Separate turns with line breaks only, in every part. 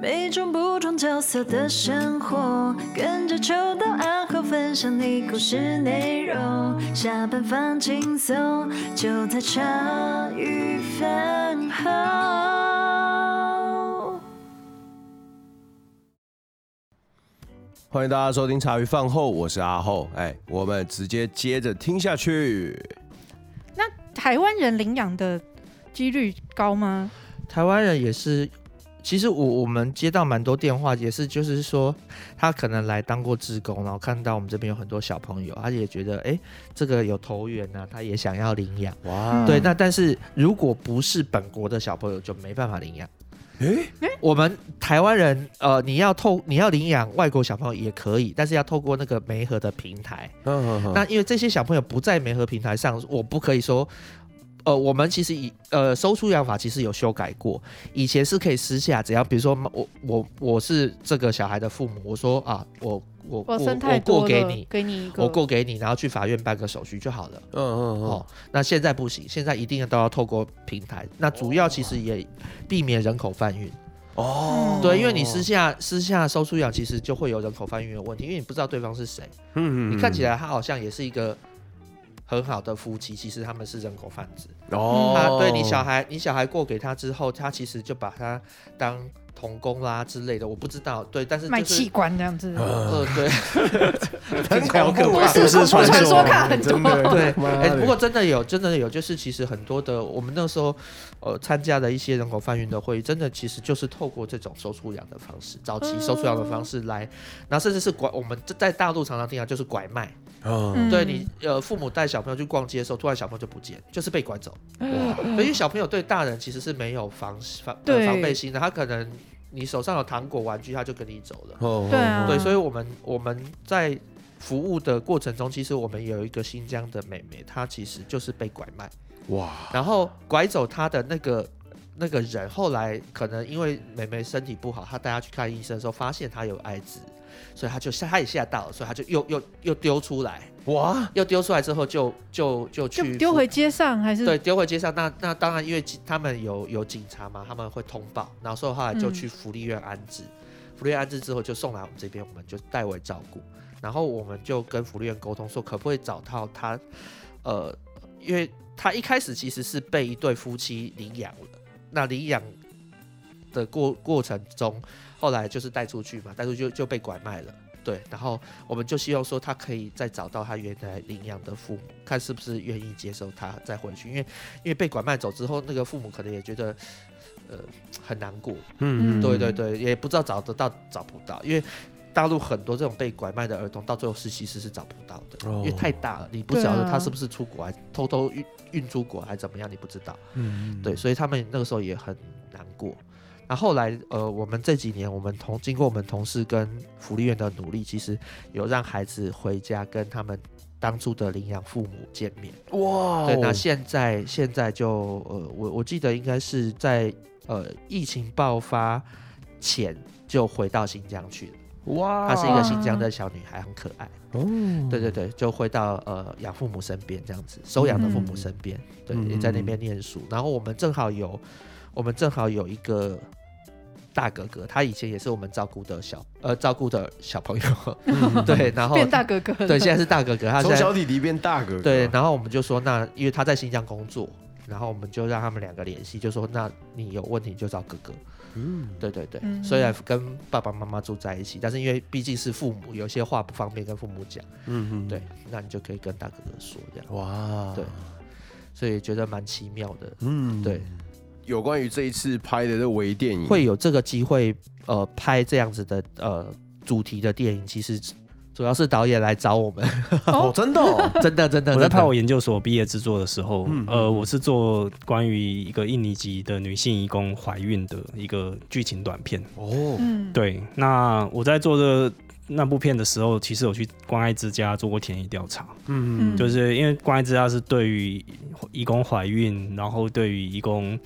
每种不同角色的生活，跟着秋到暗号分享你故事内容。下班放轻松，就在茶余饭后。
欢迎大家收听茶余饭后，我是阿后。哎，我们直接接着听下去。
那台湾人领养的几率高吗？
台湾人也是，其实我我们接到蛮多电话，也是就是说，他可能来当过志工，然后看到我们这边有很多小朋友，他也觉得哎、诶这个有投缘呐、他也想要领养。
哇，
对，那但是如果不是本国的小朋友，就没办法领养。
哎，
我们台湾人，呃，你要透你要领养外国小朋友也可以，但是要透过那个媒合的平台。
那
那因为这些小朋友不在媒合平台上，我不可以说，呃，我们其实以呃收出养法其实有修改过，以前是可以私下，只要比如说我我我是这个小孩的父母，我说啊，我我
我
我
生太
我
多
过
了，
给你，
给你一个，
我过给你，然后去法院办个手续就好了。
嗯嗯
哦
嗯，，
那现在不行，现在一定都要透过平台。那主要其实也避免人口贩运，
哦
嗯
对，因为你私下私下收出养，其实就会有人口贩运的问题，因为你不知道对方是谁。
嗯
你看起
来
来他好像也是一个很好的夫妻，其实他们是人口贩子。
哦，
他啊对你小孩，你小孩过给他之后，他其实就把他当童工啦之类的，我不知道。对，但是
卖
就是
器。官这样子。
嗯
呃， 对
很恐怖啊，
不是
是
恐怖传
说
说看很多
真的
对，
妈
哎、
的
不过真的有，真的有，就是其实很多的，我们那时候呃参加的一些人口贩运的会议，真的其实就是透过这种收出养的方式，早期收出养的方式来，然后甚至是拐，我们在大陆常常听到就是拐卖，
嗯
嗯
对你，呃，父母带小朋友去逛街的时候，突然小朋友就不见，就是被拐走。因为小朋友对大人其实是没有防防、呃
嗯对
防备心的，他可能你手上有糖果玩具，他就跟你走了。
哦
对啊
对，所以我们我们在服务的过程中，其实我们有一个新疆的妹妹，她其实就是被拐卖，
哇，
然后拐走她的那个。那个人后来可能因为妹妹身体不好，她带她去看医生的时候，发现她有艾滋，所以她就吓，她也吓到了，所以她就又又又丢出来，
哇，
又丢出来之后就就就
就
去
丢回街上还是
对丢回街上。那那当然，因为警他们有有警察嘛，他们会通报，然后所以后来就去福利院安置。福利院安置之后就送来我们这边，我们就代为照顾。然后我们就跟福利院沟通说，可不可以找到他？呃，因为他一开始其实是被一对夫妻领养了，那领养的过过程中，后来就是带出去嘛，带出去就就被拐卖了。对，然后我们就希望说他可以再找到他原来领养的父母，看是不是愿意接受他再回去，因为因为被拐卖走之后，那个父母可能也觉得呃很难过，
嗯
对对对，也不知道找得到找不到，因为大陆很多这种被拐卖的儿童到最后是其实是找不到的，
哦
因为太大了，你不
对
晓得
啊
他是不是出国还偷偷运运出国还怎么样，你不知道。
嗯
对，所以他们那个时候也很难过。那后来，呃，我们这几年，我们同经过我们同事跟福利院的努力，其实有让孩子回家跟他们当初的领养父母见面。
哇，哦
对，那现在现在就呃，我我记得应该是在呃疫情爆发前就回到新疆去了。
哇，
她是一个
哇
新疆的小女孩，很可爱。
哦，
对对对，就回到呃养父母身边这样子，收养的父母身边，
嗯
对，也在那边念书。然后我们正好有，我们正好有一个大哥哥，他以前也是我们照顾的小呃照顾的小朋友，
嗯，
对，然后
变大哥哥了？
对现在是大哥哥，他现
从
在
小弟弟变大哥哥，
对，然后我们就说，那因为他在新疆工作，然后我们就让他们两个联系，就说，那你有问题就找哥哥。
嗯，
对对对，
嗯
虽然跟爸爸妈妈住在一起，但是因为毕竟是父母，有些话不方便跟父母讲，
嗯嗯，
对，，那你就可以跟大哥哥说这
嗯
样，
哇，
对所以觉得蛮奇妙的。
嗯
对，
有关于这一次拍的这微电影，
会有这个机会，呃，拍这样子的呃主题的电影，其实主要是导演来找我们，
哦，真的哦，
真的真的，
我在
真的
拍我研究所毕业制作的时候，
嗯
呃，我是做关于一个印尼籍的女性义工怀孕的一个剧情短片。
哦，
嗯，
对，那我在做这那部片的时候，其实有去关爱之家做过田野调查，
嗯
嗯
就是因为关爱之家是对于义工怀孕，然后对于义工呃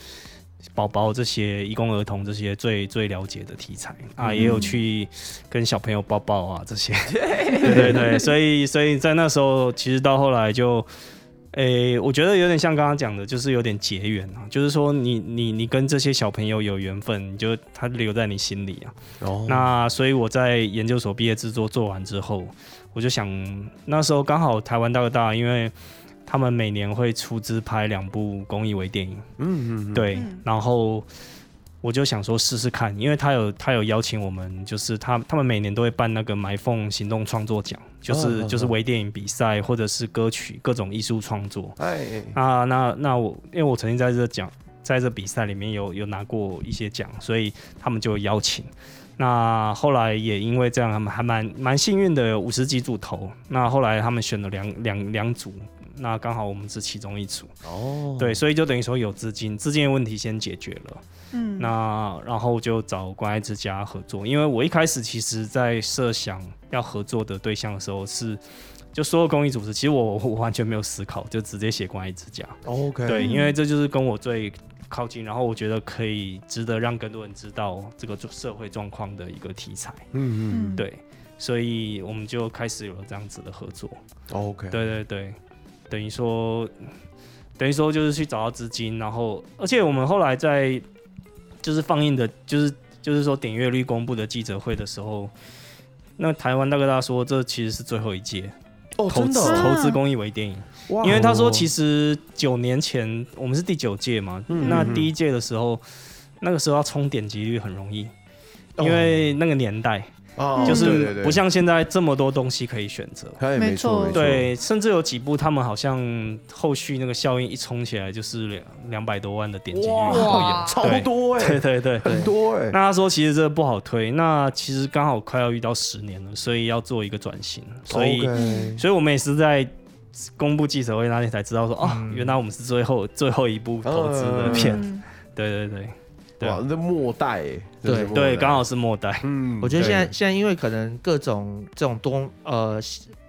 宝宝这些、义工儿童这些最最了解的题材啊，也有去跟小朋友抱抱啊这些，对对对，所以所以在那时候，其实到后来就。诶、我觉得有点像刚刚讲的，就是有点结缘啊，就是说你你你跟这些小朋友有缘分，你就他留在你心里啊。
哦，
那所以我在研究所毕业制作做完之后，我就想那时候刚好台湾大哥大，因为他们每年会出资拍两部公益微电影，
嗯嗯，嗯，
对，
嗯
然后我就想说试试看，因为他有他有邀请我们，就是他他们每年都会办那个埋缝行动创作奖，就是、
哦哦
就是
哦
微电影比赛或者是歌曲各种艺术创作。
哎，
啊，那那我因为我曾经在这奖，在这比赛里面有有拿过一些奖，所以他们就有邀请。那后来也因为这样，他们还蛮蛮幸运的，有五十几组投。那后来他们选了两两两组，那刚好我们是其中一组，
哦，
对，所以就等于说有资金，资金的问题先解决了。
嗯，
那然后就找关爱之家合作，因为我一开始其实，在设想要合作的对象的时候是，就所有公益组织，其实我我完全没有思考，就直接写关爱之家。
，OK，
对，
嗯
因为这就是跟我最靠近，然后我觉得可以值得让更多人知道这个社会状况的一个题材。
嗯嗯
嗯
对，所以我们就开始有了这样子的合作。
，OK，
对对对，等于说，等于说就是去找到资金，然后而且我们后来在就是放映的，就是就是说点阅率公布的记者会的时候。那台湾大哥大说，这其实是最后一届
哦，
投
真的
资
哦，
投资公益微电影，
哇
因为他说，其实九年前我们是第九届嘛，
嗯
那
嗯嗯
第一届的时候，那个时候要冲点击率很容易，
哦
因为那个年代
啊
哦
就
对对
是
对
不像现在这么多东西可以选择。
哎，没错，
没错
没错，
对，甚至有几部他们好像后续那个效应一冲起来，就是两两百多万的点击率
哇
都有
哇。
超多哎
对，对对，
很多哎，
那他说其实这个不好推，那其实刚好快要遇到十年了，所以要做一个转型，所以
OK
所以我们也是在公布记者会那天才知道说，哦，原来我们是最后最后一部投资的片。
嗯
对对对对啊
哇，那末代哎，真的是末代
对，刚好是末代。
嗯
我觉得现在
对
现在因为可能各种这种多呃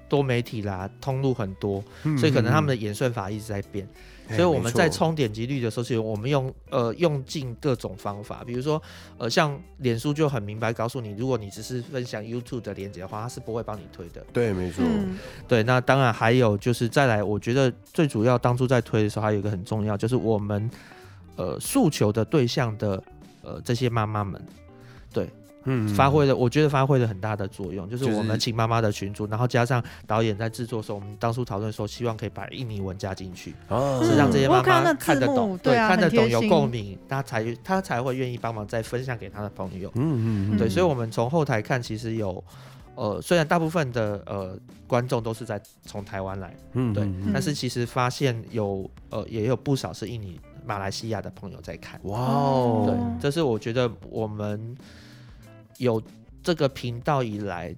多媒体啦通路很多，
嗯
所以可能他
嗯
们的演算法一直在变。
嗯
所以我
哎没
们
错
在冲点击率的时候，其实我们用呃用尽各种方法，比如说呃像脸书就很明白告诉你，如果你只是分享 YouTube 的链接的话，它是不会帮你推的。
对，没错，
嗯
对，那当然还有就是再来，我觉得最主要当初在推的时候，还有一个很重要，就是我们呃诉求的对象的呃这些妈妈们。
嗯
发挥了，我觉得发挥了很大的作用，就是
就是
我们请妈妈的群组，然后加上导演在制作的时候，我们当初讨论说，希望可以把印尼文加进去，
啊
是让这些
嗯我
妈
有看
妈
到那
看得
字幕
懂，
对啊
看得
很贴
懂有
心
共鸣，她才她才会愿意帮忙再分享给她的朋友。
嗯嗯嗯，
对，
嗯
所以我们从后台看，其实有。呃，虽然大部分的呃观众都是在从台湾来，
嗯
对
嗯嗯
但是其实发现有呃也有不少是印尼、马来西亚的朋友在看。
哇哦，
对，这是我觉得我们有这个频道以来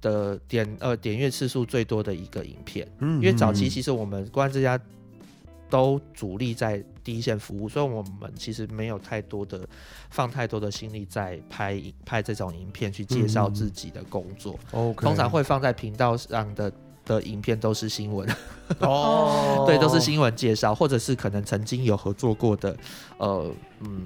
的点呃点阅次数最多的一个影片，
因
嗯因为早期其实我们关之家都主力在第一线服务，所以我们其实没有太多的放太多的心力在拍拍这种影片去介绍
嗯
自己的工作，
OK
通常会放在频道上的。的影片都是新闻，
哦，
对，都是新闻介绍，或者是可能曾经有合作过的，呃，嗯，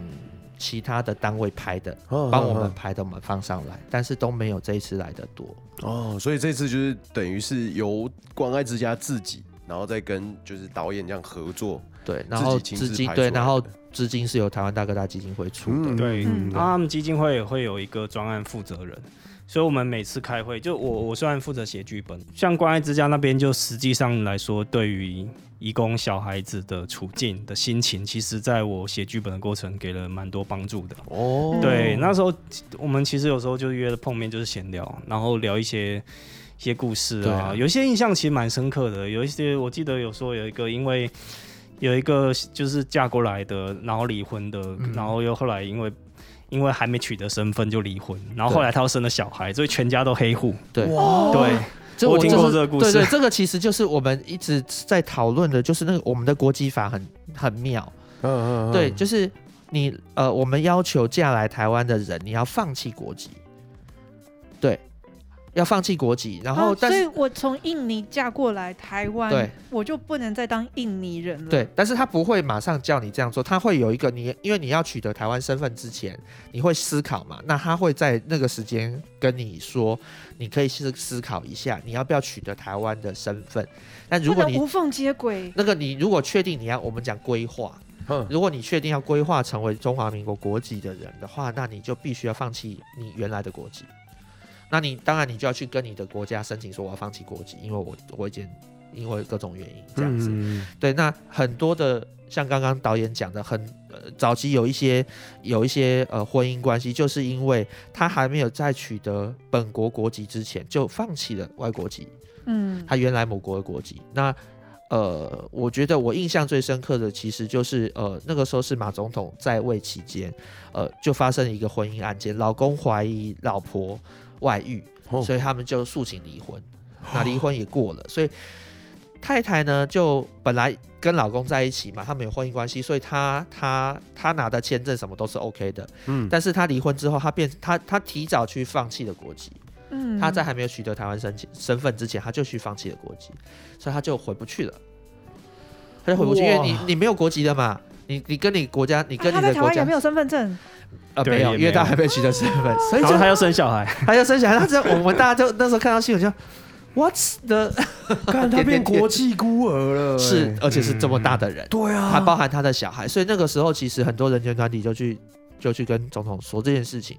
其他的单位拍的，
啊嗯
帮我们拍的，我们放上来，但是都没有这一次来的多。
哦，所以这次就是等于是由关爱之家自己，然后再跟就是导演这样合作，
对，然后
亲自
资金
拍出来
对，
的
然后资金是由台湾大哥大基金会出的。
对，
嗯
那他们基金会也会有一个专案负责人，所以我们每次开会，就我我虽然负责写剧本，像关爱之家那边，就实际上来说，对于义工小孩子的处境的心情，其实在我写剧本的过程给了蛮多帮助的。
哦，
对，那时候我们其实有时候就约了碰面，就是闲聊，然后聊一些一些故事
对
啊，
啊
有一些印象其实蛮深刻的，有一些我记得有说有一个因为有一个就是嫁过来的，然后离婚的，
嗯
然后又后来因为。因为还没取得身份就离婚，然后后来他又生了小孩，所以全家都黑户。
对，
哇，
对，
这
我
这
听过
是
这个故事
对对，这个其实就是我们一直在讨论的，就是那个我们的国籍法很很妙。
嗯嗯，
对，就是你呃，我们要求嫁来台湾的人，你要放弃国籍。对，要放弃国籍，然后
啊
但
所以
是。
我从印尼嫁过来台湾
对，
我就不能再当印尼人了。
对，但是他不会马上叫你这样做，他会有一个你，因为你要取得台湾身份之前，你会思考嘛？那他会在那个时间跟你说，你可以思思考一下，你要不要取得台湾的身份？但如
不
果
能
你
无缝接轨。
那个你如果确定你要，我们讲规划，
哼
如果你确定要规划成为中华民国国籍的人的话，那你就必须要放弃你原来的国籍。那你当然你就要去跟你的国家申请说我要放弃国籍，因为我我已经因为各种原因这样子。
嗯
对，那很多的像刚刚导演讲的，很、呃、早期有一些有一些呃婚姻关系，就是因为他还没有在取得本国国籍之前，就放弃了外国籍，
嗯，
他原来某国的国籍。那呃，我觉得我印象最深刻的其实就是呃那个时候是马总统在位期间，呃就发生了一个婚姻案件，老公怀疑老婆外遇，
哦
所以他们就诉请离婚。那离婚也过了，所以太太呢就本来跟老公在一起嘛，他们有婚姻关系，所以她她她拿的签证什么都是 OK 的。
嗯，
但是她离婚之后，她变她她提早去放弃了国籍，
嗯，
她在还没有取得台湾身身份之前，她就去放弃了国籍，所以她就回不去了。她就回不去，因为你
哇
你没有国籍的嘛，你你跟你国家，你跟
啊他
你
在
的
台
国
湾也
家
没有身份证，
呃
对
没有，
也
因为
没
她
有
还没取得身份，所以就
然后他要生小孩，
还要生小孩。她这我们大家就那时候看到新闻就，What's the
看他变
点点点
国际孤儿了，哎
是，而且是这么大的人，
对啊，
还包含他的小孩，所以那个时候其实很多人权团体就去就去跟总统说这件事情。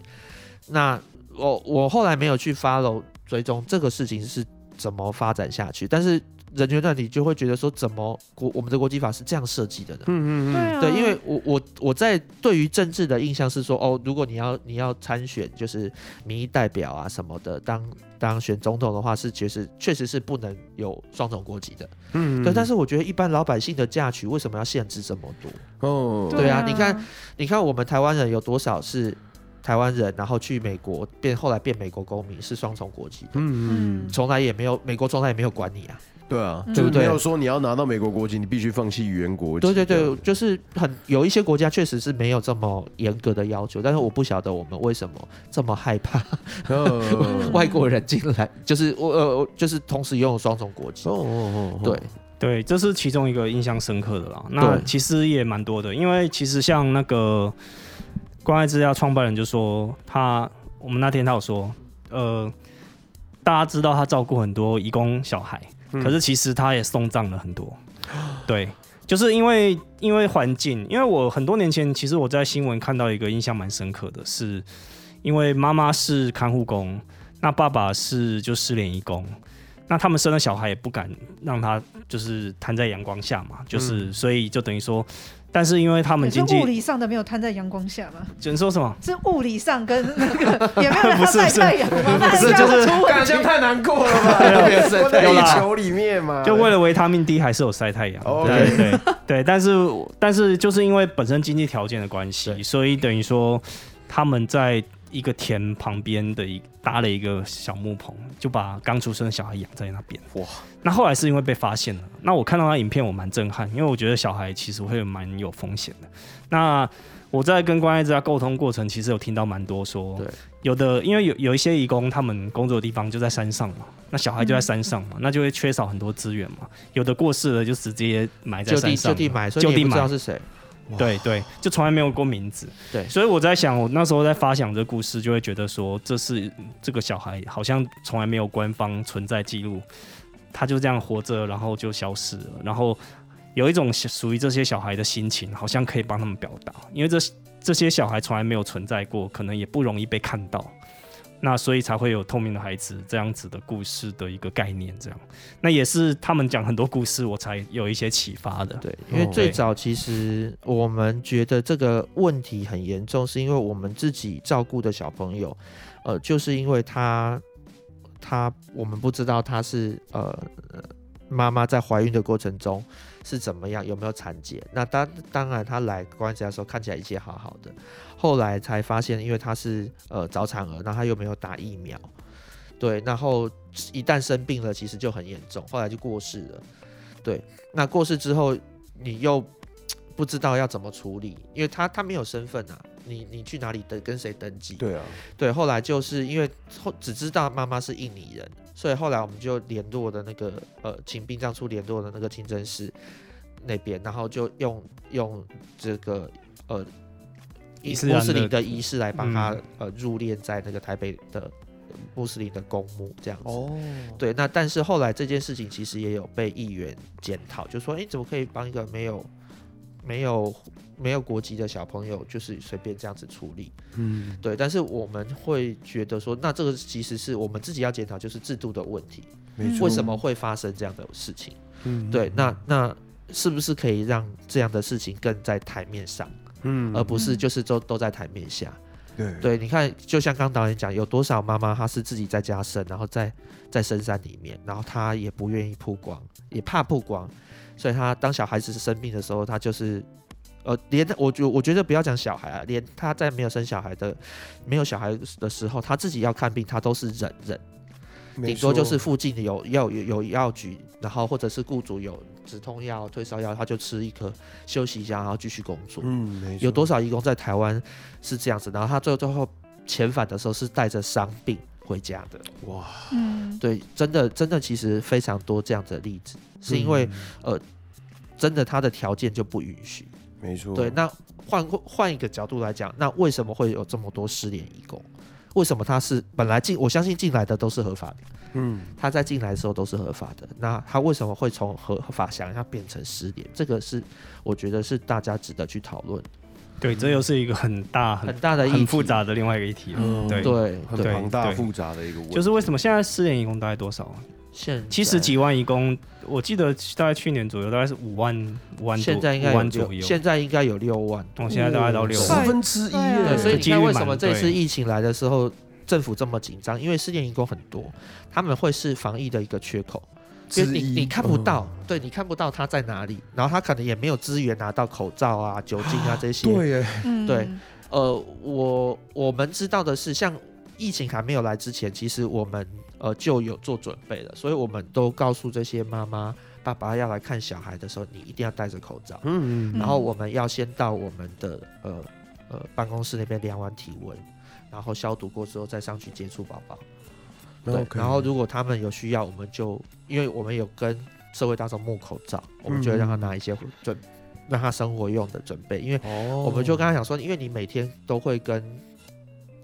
那我我后来没有去 follow 追踪这个事情是怎么发展下去，但是人权团体就会觉得说，怎么国我们的国际法是这样设计的呢？
嗯嗯
对
嗯，
啊，
对，因为我我我在对于政治的印象是说，哦，如果你要你要参选，就是民意代表啊什么的，当当选总统的话，是其实确实是不能有双种国籍的。
嗯
对，但
是
是我觉得一般老百姓的嫁娶为什么要限制这么多？
哦，
对啊
啊，
你看，你看我们台湾人有多少是台湾人，然后去美国变后来变美国公民，是双重国籍，
嗯嗯，
从来也没有美国从来也没有管你啊。
对啊，
嗯
就
对
是
不对
没有说你要拿到美国国籍，你必须放弃原国籍。
对对
这
对
样，
就是很有一些国家确实是没有这么严格的要求，但是我不晓得我们为什么这么害怕
哦
外国人进来，就是我呃我就是同时拥有双重国籍。
哦哦哦，
对，
对，这是其中一个印象深刻的啦。那
对
其实也蛮多的，因为其实像那个关爱之家创办人就说，他我们那天他有说，呃，大家知道他照顾很多义工小孩，
嗯
可是其实他也送葬了很多。对，就是因为因为环境，因为我很多年前其实我在新闻看到一个印象蛮深刻的是，因为妈妈是看护工，那爸爸是就失联义工。那他们生了小孩也不敢让他就是摊在阳光下嘛，就是、所以就等于说，但是因为他
我
们经济
物，理上的没有摊在阳光下嘛，
只能说什么？
是物理上跟那个也没有让
不
他
是
晒
是
太阳嘛，那
是
这样
就是
出
干
问
这样
题。
太难过了 吧？ 关在
有啦
地球里面嘛，
就为了维他命 D 还是有晒太阳，
啊哦
对对对对，但是但是就是因为本身经济条件的关系，
对
所以等于说他们在一个田旁边的一搭了一个小木棚，就把刚出生的小孩养在那边。
哇！
那后来是因为被发现了，那我看到那影片我蛮震撼，因为我觉得小孩其实会蛮有风险的。那我在跟关爱之家沟通过程，其实有听到蛮多说
对，
有的因为有有一些义工他们工作的地方就在山上嘛，那小孩就在山上嘛，那就会缺少很多资源嘛。有的过世了就直接埋在
就
山
地就
上了，
地买，所以
就
你也
地
不知
买
道，是谁。
对对，就从来没有过名字。
对
所以我在想，我那时候在发想这故事，就会觉得说，这是这个小孩好像从来没有官方存在记录，他就这样活着，然后就消失了，然后有一种属于这些小孩的心情，好像可以帮他们表达，因为这这些小孩从来没有存在过，可能也不容易被看到。那所以才会有透明的孩子这样子的故事的一个概念，这样，那也是他们讲很多故事，我才有一些启发的。
对，因为
哦
最
对
早其实我们觉得这个问题很严重，是因为我们自己照顾的小朋友，呃，就是因为他他我们不知道他是呃妈妈在怀孕的过程中是怎么样，有没有产检。那当当然他来关家的时候看起来一切好好的，后来才发现，因为他是呃早产儿，那他又没有打疫苗，对，然后一旦生病了，其实就很严重，后来就过世了。对，那过世之后，你又不知道要怎么处理，因为他他没有身份啊，你你去哪里登跟谁登记？
对啊，
对，后来就是因为后只知道妈妈是印尼人，所以后来我们就联络的那个呃，请殡葬处联络的那个清真寺那边，然后就用用这个呃
伊
伊
斯
穆
兰
斯林
的
的仪式来把他、
嗯
呃入殓在那个台北的穆斯林的公墓这样子。
哦，
对，那但是后来这件事情其实也有被议员检讨，就说，哎，怎么可以帮一个没有、没有、没有国籍的小朋友，就是随便这样子处理？
嗯，
对，但是我们会觉得说，那这个其实是我们自己要检讨，就是制度的问题，
没错，
为什么会发生这样的事情？
嗯？
对，那那是不是可以让这样的事情更在台面上，
嗯，
而不是
嗯
就是都都在台面下？
对
对，你看，就像刚导演讲，有多少妈妈她是自己在家生，然后在在深山里面，然后她也不愿意曝光，也怕曝光，所以她当小孩子生病的时候，她就是。呃，连我觉我觉得不要讲小孩啊，连她在没有生小孩的、没有小孩的时候，她自己要看病，她都是忍忍，
没
顶
错
多就是附近的有药有有药局，然后或者是雇主有止痛药、退烧药，她就吃一颗休息一下，然后继续工作。
嗯，没错
有多少义工在台湾是这样子，然后他最后最后遣返的时候是带着伤病回家的。
哇，
嗯，
对，真的真的其实非常多这样的例子，是因为呃
嗯
真的他的条件就不允许。
没
哦
错，
对，那换换一个角度来讲，那为什么会有这么多失联义工？为什么他是本来进，我相信进来的都是合法的，
嗯，
他在进来的时候都是合法的，那他为什么会从合法想要变成失联？这个是我觉得是大家值得去讨论
对，这又是一个很大、很
很大的议题，
很复杂的另外一个议题了。
嗯
对，
对，
很
对，
庞大
对
复杂的一个问题，
就是为什么现在失联一共大概多少？
现
七
在
十几万一共，我记得大概去年左右大概是五万五万多，
现在应该
五
有
万
六
左右。
现在应该有六万多。
哦，现在大概到六
十
快
万。
分之一
对啊
耶，
嗯对，所以
这
你
几率
看为什
蛮
么这次
对
疫情来的时候，政府这么紧张？因为失恋移工很多，他们会是防疫的一个缺口，因为
之一
你你看不到，
嗯
对你看不到他在哪里，然后他可能也没有资源拿到口罩啊、酒精啊这些。
对耶，
嗯
对，呃，我我们知道的是，像疫情还没有来之前，其实我们呃就有做准备了，所以我们都告诉这些妈妈、爸爸要来看小孩的时候，你一定要戴着口罩。
嗯
然后我们要先到我们的呃呃办公室那边量完体温，然后消毒过之后再上去接触宝宝。对
OK
然后如果他们有需要，我们就因为我们有跟社会大众募口罩，我们就会让他
嗯
拿一些准，让他生活用的准备，因为
哦，
嗯我们就跟他讲说，因为你每天都会跟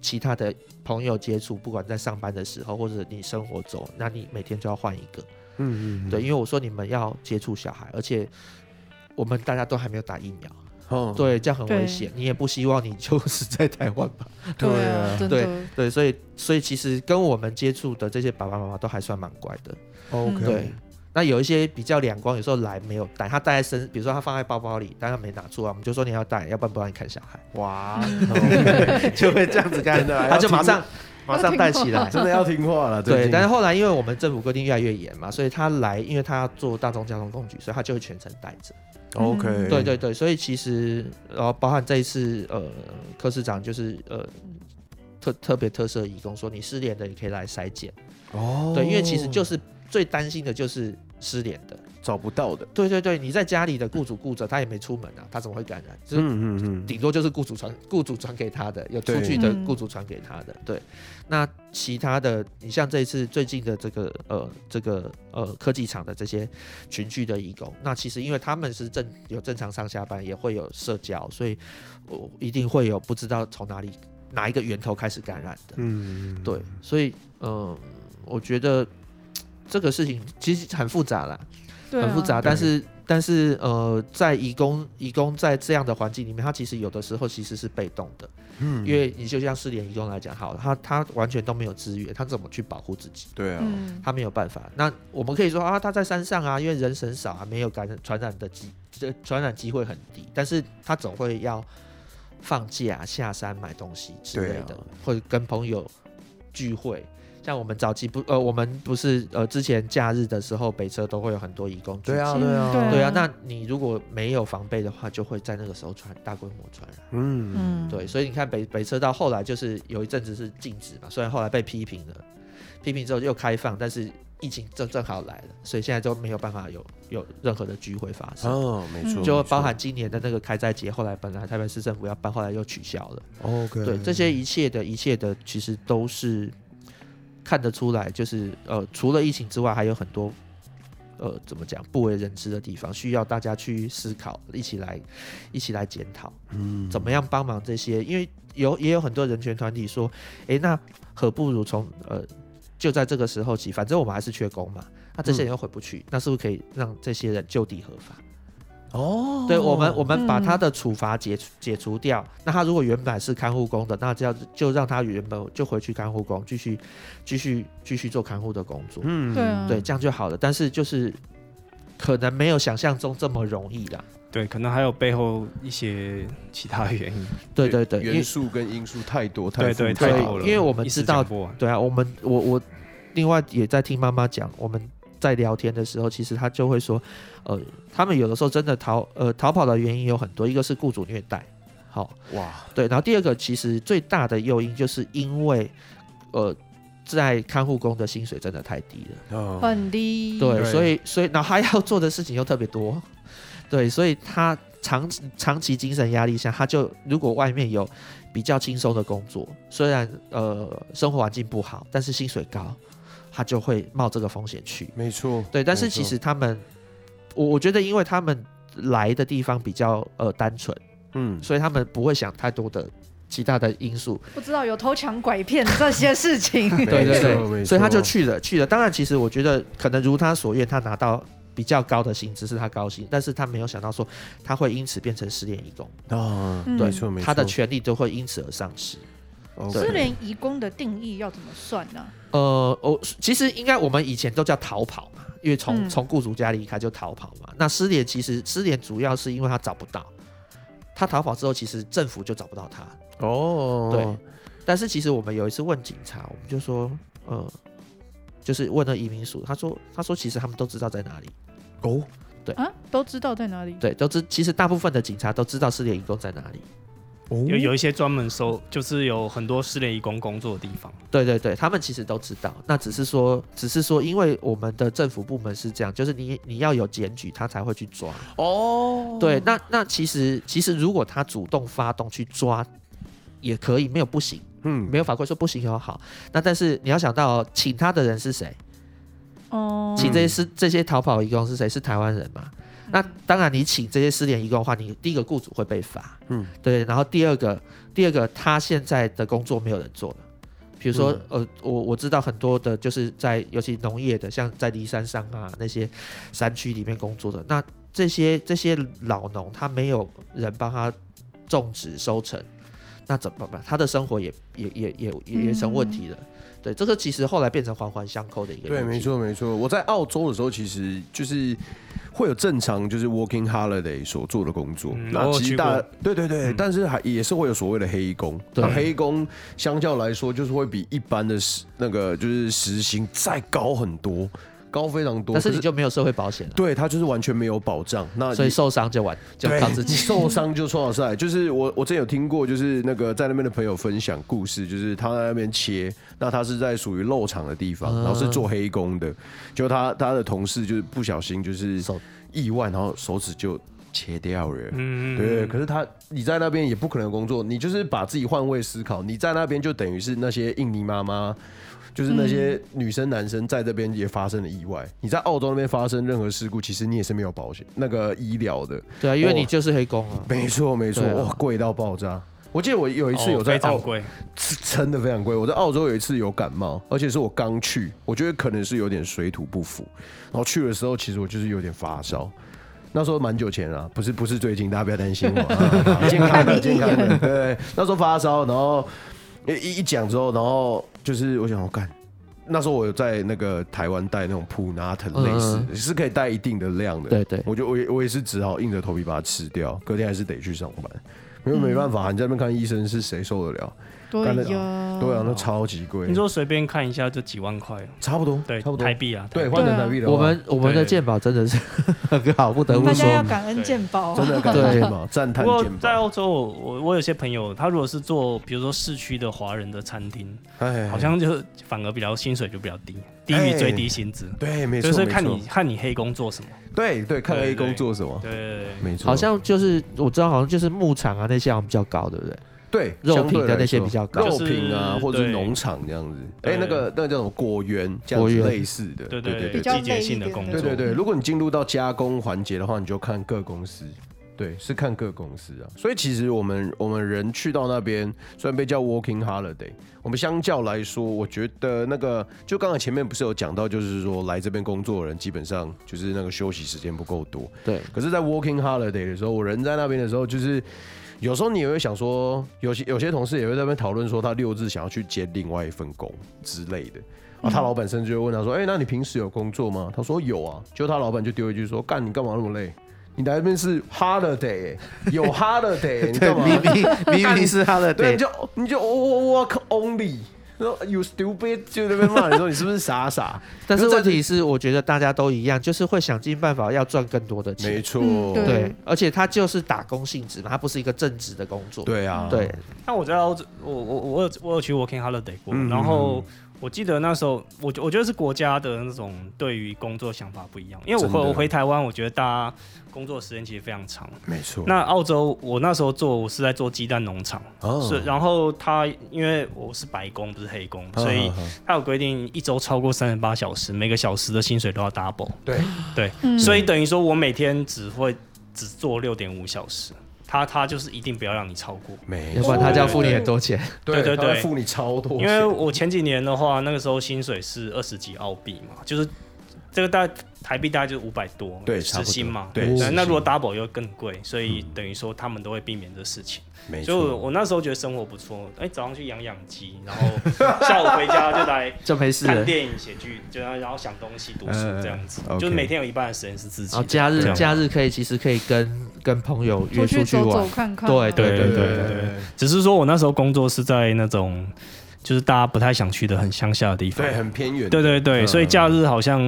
其他的朋友接触，不管在上班的时候或者你生活中，那你每天就要换一个。
嗯嗯，嗯
对，，因为我说你们要接触小孩，而且我们大家都还没有打疫苗。
哦
对，这样很危
对
险，你也不希望你就是 在台湾吧？
对啊，真
对
的，
对，所以所以其实跟我们接触的这些爸爸妈妈都还算蛮乖的，
，OK，
对。那有一些比较两光，有时候来没有带，他带在身，比如说他放在包包里，但他没拿出来，我们就说你要带，要不然不让你看小孩，
哇，
就会这样子干
真的啊
他就
要听
马 上马上带起来。
真的要听话了，最
对，
近
但是后来因为我们政府规定越来越严嘛，所以他来，因为他要坐大众交通工具，所以他就会全程带着。
哦 OK，
嗯对对对，所以其实然后包含这一次呃，柯市长就是呃特特别特色义工说，你失联的也可以来筛检，
哦，
对，因为其实就是最担心的就是失联的，
找不到的，
对对对，你在家里的雇主雇着他也没出门啊，他怎么会感染？就是
嗯嗯
顶多就是雇主传雇主传给他的，有出去
对
的
嗯
雇主传给他的，对。那其他的，你像这一次最近的这个呃这个呃科技厂的这些群聚的义呃工，那其实因为他们是正有正常上下班，也会有社交，所以我、一定会有不知道从哪里哪一个源头开始感染的，
嗯，
对。所以嗯、呃我觉得这个事情其实很复杂啦，
对啊
很复杂，但是但是呃，在移工移工在这样的环境里面，他其实有的时候其实是被动的，
嗯，
因为你就像失联移工来讲，好了，他他完全都没有资源，他怎么去保护自己？
对啊，
嗯，
他没有办法。那我们可以说啊，他在山上啊，因为人很少啊，没有感染传染的机，这传染机会很低，但是他总会要放假下山买东西之类的，
对啊
或者跟朋友聚会。像我们早期不呃，我们不是呃，之前假日的时候，北车都会有很多移工聚
对啊
集
嗯
对啊
对啊，那你如果没有防备的话，就会在那个时候传大规模传染。
嗯
嗯
对，所以你看北北车道后来就是有一阵子是禁止嘛，虽然后来被批评了，批评之后又开放，但是疫情正正好来了，所以现在就没有办法有有任何的聚会发生。
哦，没错，
嗯
就
没错
包含今年的那个开斋节，后来本来台北市政府要办，后来又取消了。
OK，
对，这些一切的一切的，其实都是看得出来，就是呃，除了疫情之外，还有很多呃，怎么讲不为人知的地方，需要大家去思考，一起来一起来检讨，
嗯
怎么样帮忙这些，因为有也有很多人权团体说，诶，那何不如从呃。就在这个时候起，反正我们还是缺工嘛，那这些人又回不去，那是不是可以让这些人就地合法？
哦，
对我们，我们把
嗯
他的处罚解除解除掉。那他如果原本是看护工的，那这样就让他原本就回去看护工，继续继续继续做看护的工作。
嗯
对啊
对，这样就好了。但是就是可能没有想象中这么容易啦。
对，可能还有背后一些其他原因，
对对对，因为
元素跟因素太多，复
对
杂
对
对，太多了，
因为我们
一时
知道
讲不完
对啊，我们我我另外也在听妈妈讲，我们在聊天的时候，其实她就会说，呃，他们有的时候真的逃呃逃跑的原因有很多，一个是雇主虐待，好、
哇，
对，然后第二个其实最大的诱因就是因为，呃，在看护工的薪水真的太低了，
哦
很低，
对，
对
所以所以然后他要做的事情又特别多，对，所以他长长期精神压力下，他就如果外面有比较轻松的工作，虽然呃生活环境不好，但是薪水高，他就会冒这个风险去，
没错，
对，但是
没错
其实他们，我我觉得因为他们来的地方比较呃单纯。
嗯，
所以他们不会想太多的其他的因素。
不知道有偷抢拐骗这些事情。
对对
没错没
对，
错
所以他就去了去了。当然，其实我觉得可能如他所愿，他拿到比较高的薪资是他高兴，但是他没有想到说他会因此变成失恋义工，
啊，
嗯
没错没错，
他的权利都会因此而丧失。
OK
失联移工的定义要怎么算呢、
呃，我其实应该我们以前都叫逃跑嘛，因为从
嗯
从雇主家离开就逃跑嘛。那失联其实失联主要是因为他找不到，他逃跑之后，其实政府就找不到他，
哦，
对，但是其实我们有一次问警察，我们就说，呃，就是问了移民署，他说，他说其实他们都知道在哪里，
哦，
啊？都知道在哪里？
对，都知，其实大部分的警察都知道失联移工在哪里，
哦
有有一些专门收，就是有很多失联义工工作的地方，
对对对，他们其实都知道，那只是说，只是说，因为我们的政府部门是这样，就是你你要有检举，他才会去抓，
哦，
对，那那其实其实如果他主动发动去抓。也可以，没有不行，
嗯，
没有法规说不行哦。好，那但是你要想到哦，请他的人是谁？
哦，
请这
嗯
些失这些逃跑移工是谁？是台湾人嘛？那当然，你请这些失联移工的话，你第一个雇主会被罚，
嗯，
对。然后第二个，第二个他现在的工作没有人做了，比如说、
嗯
呃，我我知道很多的就是在尤其农业的，像在离山上啊那些山区里面工作的，那这些这些老农他没有人帮他种植收成，那怎么办？他的生活也也也也也也成问题了。对，这个其实后来变成环环相扣的一个
嗯对，
问
没
题
错没错。我在澳洲的时候，其实就是会有正常就是 working holiday 所做的工作
嗯，
然后
我有
其实
去
大
过嗯
对对对，但是还也是会有所谓的黑工。
对
那黑工相较来说，就是会比一般的时那个就是时薪再高很多，高非常多。
但是
可
你就没有社会保险了，
对他就是完全没有保障，那
所以
你
受伤就完就
对
靠自己。
受伤就创赛，哎就是我我之前有听过，就是那个在那边的朋友分享故事，就是他在那边切，那他是在属于漏场的地方，
嗯
然后是做黑工的，就他他的同事就是不小心就是
手
意外，然后手指就切掉了。
嗯，
对，可是他你在那边也不可能工作，你就是把自己换位思考，你在那边就等于是那些印尼妈妈，就是那些
嗯
女生男生在这边也发生了意外。你在澳洲那边发生任何事故，其实你也是没有保险那个医疗的。
对啊，因为你
哇
就是黑工啊。
没错，没错，
对啊
哇，贵到爆炸！我记得我有一次有在
哦非
澳，
常贵，
是真的非常贵。我在澳洲有一次有感冒，而且是我刚去，我觉得可能是有点水土不服。然后去的时候，其实我就是有点发烧。那时候蛮久前了、不是不是最近，大家不要担 心我，啊健康的健康的。对，那时候发烧，然后一一一讲之后，然后就是我想我干。那时候我有在那个台湾带那种普拿疼类似
嗯
的，是可以带一定的量的。
对对
我就我也我也是只好硬着头皮把它吃掉，
嗯
隔天还是得去上班，因为没办法，你在那边看医生是谁受得了？
对呀，哦，
对啊，那超级贵。
你说随便看一下就几万块了，
差不多，
对，
差不多
台，币啊，
对，
台币
换成
对啊
台币的话，
我们我们的
对
鉴宝真的是 很好，不得不
大
说
家，要感恩健保啊
真。的感
对
谢嘛，赞
不
叹
过
肩
在
膀。
澳洲，我我我有些朋友，他如果是做比如说市区的华人的餐厅，
哎
好像就反而比较薪水就比较低，低于最低薪资，
对，哎没错，
就是
没
看
错
你看你黑工做什么。
对对，看
对
A 工
对
做什么，
对对对
没错，
好像就是我知道，好像就是牧场啊那些好像比较高，对不对？
对
肉
相对
品的
来
那些
说
比较高
肉
就是
品啊，或者是
对
农场这样子。
对
哎，那个那个叫什么果园这样
果
子
园
类似的，
对
对
对
对
比较
季节性的工
对
作，
对对，如果你进入到加工环节的话，你就看各公司。对，是看各公司啊。所以其实我们我们人去到那边，虽然被叫 working holiday，我们相较来说，我觉得那个就刚才前面不是有讲到，就是说来这边工作的人基本上就是那个休息时间不够多。
对，
可是，在 working holiday 的时候，我人在那边的时候，就是有时候你也会想说，有些有些同事也会在那边讨论说，他六日想要去接另外一份工之类的。啊，他老板甚至会问他说：“哎、那你平时有工作吗？”他说：“有啊。”就他老板就丢一句说：“干，你干嘛那么累？你来这边是 holiday，、欸、有 holiday，、欸、你干嘛？
明明明明是他的
对，你就你就 work only。”说 you stupid 就在那边骂你说你是不是傻傻？
但是
就在
问
这
题是，我觉得大家都一样，就是会想尽办法要赚更多的
没
钱。
错，
嗯对
对，而且他就是打工性质嘛，他不是一个正职的工作。
对啊，
对，
那我在澳洲，我我我有我有去 working holiday 过，
嗯
然后我记得那时候，我觉我觉得是国家的那种对于工作想法不一样，因为我
真
回
的
我回台湾，我觉得大家工作时间其实非常长。
没错。
那澳洲我那时候做，我是在做鸡蛋农场，
哦
是然后他因为我是白工不是黑工，所以
啊啊啊
他有规定一周超过三十八小时，每个小时的薪水都要 double，
对
对，
嗯
所以等于说我每天只会只做六点五小时，他他就是一定不要让你超过。
没
要不然他就要付你很多钱。
对对
他会
对
付你超多
因
钱，
为我前几年的话，那个时候薪水是二十几澳币嘛，就是这个大台币大概就五百多，
对差不
时
多
薪嘛，
对
那
时薪嗯
那如果 double 又更贵，所以等于说他们都会避免这事情。
没
所以我，我那时候觉得生活不错，哎、早上去养养鸡，然后下午回家就来
就没事
看
了。
电影、写剧，就然后想东西、读书
嗯
这样子，
OK
就是每天有一半的时间是自己
哦
然后哦
的。
假日
这
啊
样
假日可以，其实可以跟跟朋友约
出
出
去
去
走
玩
走。看看啊，
对
对对对对对，只是说我那时候工作是在那种就是大家不太想去的很乡下的地方
对，。很偏远，
对对对，
嗯
所以假日好像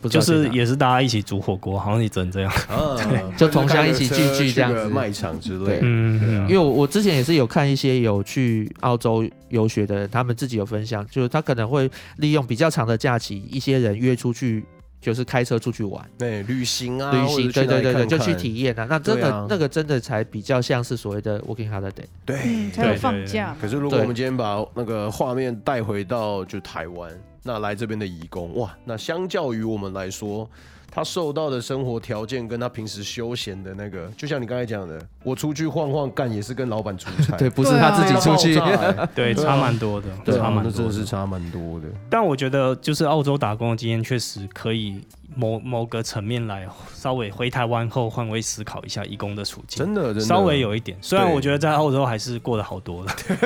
不知
就
道去
是
哪
也是大家一起煮火锅，好像也只能 这样。
啊，
就同乡一起聚聚这样子
去个卖场之类
对
的，
嗯，
因为我我之前也是有看一些有去澳洲游学的人，他们自己有分享，就是他可能会利用比较长的假期，一些人约出去，就是开车出去玩、
对，旅行啊，
旅
或者
行，
去
对
哪
对
里
对对，
看
就去
看，
体验啊。那真的、
对啊
那个真的才比较像是所谓的 working holiday。
对。
嗯，才有
对
放假嘛。
可是如果
对
我们今天把那个画面带回到就台湾，那来这边的移工，哇，那相较于我们来说。他受到的生活条件跟他平时休闲的那个，就像你刚才讲的，我出去晃晃干也是跟老板出 差，
对，，不是
对
他
啊
自己出去。
欸
对，
对啊
差蛮多的，
对
差
啊，
蛮
那真
多
的是
的。
差蛮多的。
但我觉得就是澳洲打工的经验确实可以某某个层面来稍微回台湾后换位思考一下义工的处境。
真的，真的
稍微有一点，虽然
对
我觉得在澳洲还是过得好多了。
对，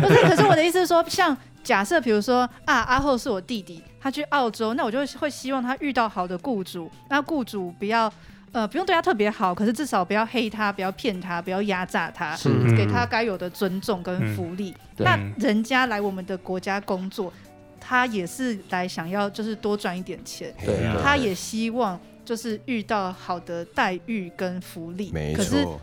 不是，可是我的意思是说，像假设比如说啊，阿厚是我弟弟，他去澳洲，那我就会希望他遇到好的雇主，那雇主不要呃不用对他特别好，可是至少不要黑他，不要骗他，不要压榨他，
是
嗯
给他该有的尊重跟福利。
对
那人家来我们的国家工作，他也是来想要就是多赚一点钱，
对啊
他也希望。就是遇到好的待遇跟福利，
没
可是
错，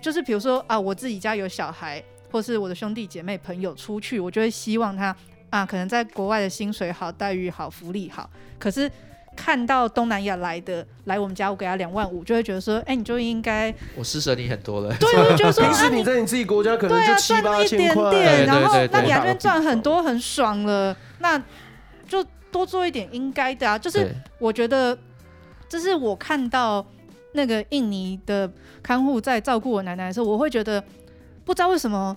就是比如说啊，我自己家有小孩，或是我的兄弟姐妹朋友出去，我就会希望他啊，可能在国外的薪水好、待遇好、福利好，可是。看到东南亚来的来我们家，我给他两万五，就会觉得说，哎、你就应 该，
我施舍你很多了。
对，我就觉得说，
平
啊，
时你
你
在你自己国家可
对
能就
啊，
七
赚那
八
一
千
点
块，
对对
点，然后
对
那你
对
来这边赚很多，很爽了，那就多做一点应该的啊，就是
对
我觉得这是我看到那个印尼的看护在照顾我奶奶的时候，我会觉得不知道为什么，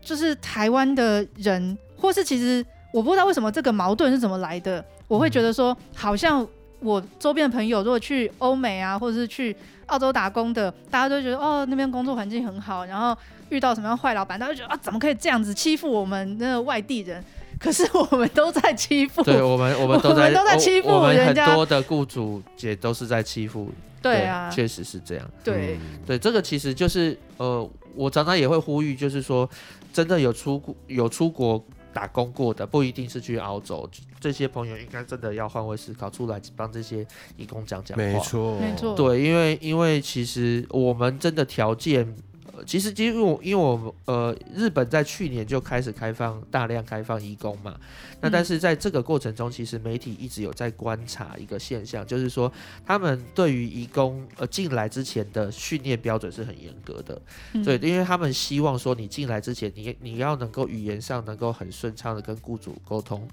就是台湾的人，或是其实我不知道为什么这个矛盾是怎么来的，我会觉得说好像。我周边的朋友如果去欧美啊，或者是去澳洲打工的，大家都觉得哦那边工作环境很好，然后遇到什么样坏老板，大家就觉得啊怎么可以这样子欺负我们那个外地人？可是我们都在欺负，
对我们，我们都
我
在
们都在
我
欺负
我们很
人家
多的雇主也都是在欺负。
对啊，
确实是这样。
对，
对，嗯这个其实就是呃，我常常也会呼吁，就是说，真的有出国有出国打工过的，不一定是去澳洲，这些朋友应该真的要换位思考，出来帮这些义工讲讲话。
没错，
没错
对，因为因为其实我们真的条件，呃其实因为我因为我们呃日本在去年就开始开放大量开放移工嘛，那
嗯
但是在这个过程中，其实媒体一直有在观察一个现象，就是说他们对于移工呃进来之前的训练标准是很严格的，
嗯
对，因为他们希望说你进来之前，你你要能够语言上能够很顺畅的跟雇主沟通，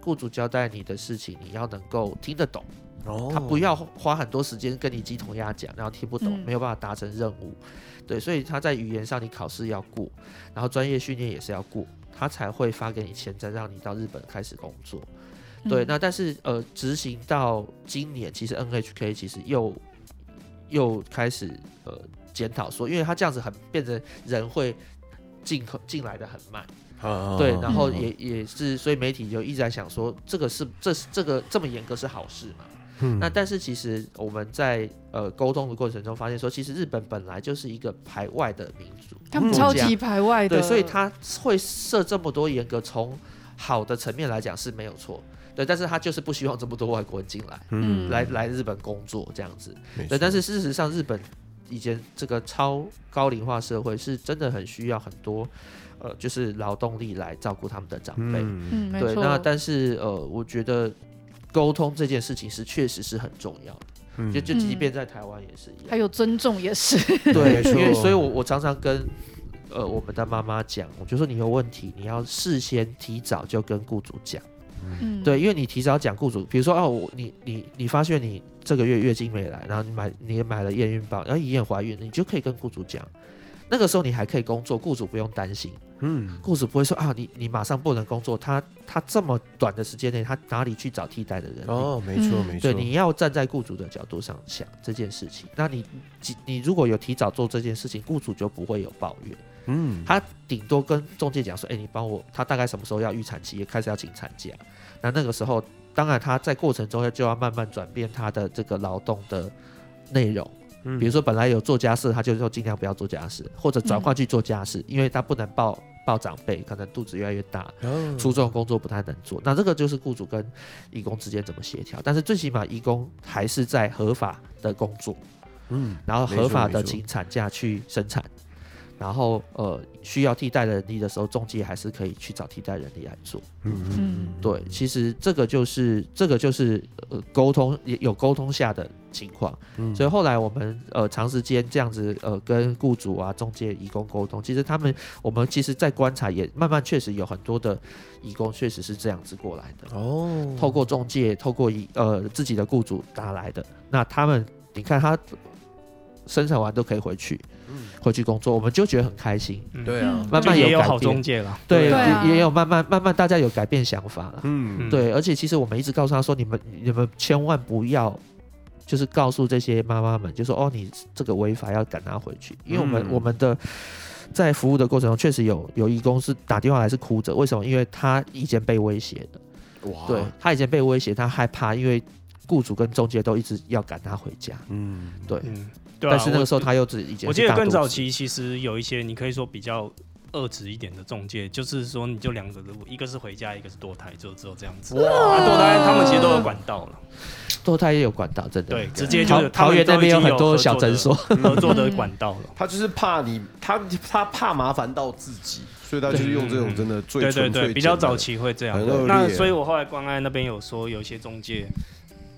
雇主交代你的事情，你要能够听得懂。
哦
他不要花很多时间跟你鸡同鸭讲，然后听不懂，
嗯
没有办法达成任务。对，所以他在语言上你考试要过，然后专业训练也是要过，他才会发给你签证，让你到日本开始工作。对，
嗯
那但是呃，执行到今年，其实 NHK 其实又又开始呃检讨说，因为他这样子很变成人会进口进来的很慢。
啊
对，然后
嗯
也也是，所以媒体就一直在想说，这个是这是这个这么严格是好事嘛？
嗯
那但是其实我们在呃沟通的过程中发现说，其实日本本来就是一个排外的民族，
他们超
国
级排外
家
的，
嗯对，所以他会设这么多严格，从好的层面来讲是没有错，对，但是他就是不希望这么多外国人进来，
嗯
来来日本工作这样子，
没
对，
错
但是事实上，日本以前这个超高龄化社会是真的很需要很多，呃，就是劳动力来照顾他们的长辈。
嗯
嗯，没
对，
错，
那但是呃，我觉得沟通这件事情是确实是很重要的，
嗯
就就即
嗯
便在台湾也是一样。
还有尊重也是，
对，
没错
因为所以我我常常跟呃我们的妈妈讲，我就说你有问题，你要事先提早就跟雇主讲。
嗯，
对，因为你提早讲雇主，比如说哦，我你你你发现你这个月月经没来，然后你买你也买了验孕棒，然后你也怀孕了，你就可以跟雇主讲。那个时候你还可以工作，雇主不用担心，
嗯
雇主不会说啊，你你马上不能工作，他他这么短的时间内，他哪里去找替代的人力？
哦，没错
嗯
没错，
对，你要站在雇主的角度上想这件事情。那你你你如果有提早做这件事情，雇主就不会有抱怨，
嗯
他顶多跟中介讲说，哎、你帮我，他大概什么时候要预产期，也开始要请产假。那那个时候，当然他在过程中就要慢慢转变他的这个劳动的内容。
嗯
比如说本来有做家事，他就说尽量不要做家事，或者转换去做家
嗯
事，因为他不能抱抱长辈，可能肚子越来越大，
哦
出这种工作不太能做。那这个就是雇主跟义工之间怎么协调，但是最起码义工还是在合法的工作，
嗯
然后合法
没错
的
没错
请产假去生产，然后呃需要替代人力的时候，中介还是可以去找替代人力来做。
嗯
嗯，
对，其实这个就是这个就是呃沟通也有沟通下的情况，
嗯
所以后来我们呃长时间这样子呃跟雇主啊中介移工沟通，其实他们我们其实在观察也慢慢确实有很多的移工确实是这样子过来的，
哦
透过中介透过移呃自己的雇主打来的，那他们你看他生产完都可以回去
嗯，
回去工作，我们就觉得很开心，
对啊
嗯
慢慢
就也
有
有
改
好
变
中介了，
对，
对啊
也也有慢慢慢慢大家有改变想法了。
嗯
对，而且其实我们一直告诉他说，你们你们千万不要，就是告诉这些妈妈们，就说哦，你这个违法要赶他回去，因为我们、
嗯
我们的在服务的过程中，确实有有义工是打电话来是哭着，为什么？因为他以前被威胁的，
哇
对
哦
他以前被威胁，他害怕，因为雇主跟中介都一直要赶他回家，
嗯
对，
嗯，对啊。
但是那
我
个时候他又只以前
我记得
是大
更
肚子
早期其实有一些，你可以说比较遏制一点的中介，就是说你就两个，一个是回家，一个是堕胎，就只有这样子。哇，堕胎他们其实都有管道了，
堕胎也有管道，真的嗯
对，直接就是
桃桃
他们
园
都
那边
已经
很多
合作
小
的嗯
诊所，
合作的管道了。
他就是怕你，他他怕麻烦到自己，所以他就是用这种真的最
对对
纯粹
对，比
简
较
单的
早期会这样
很恶劣。
那所以我后来关爱那边有说，有一些中介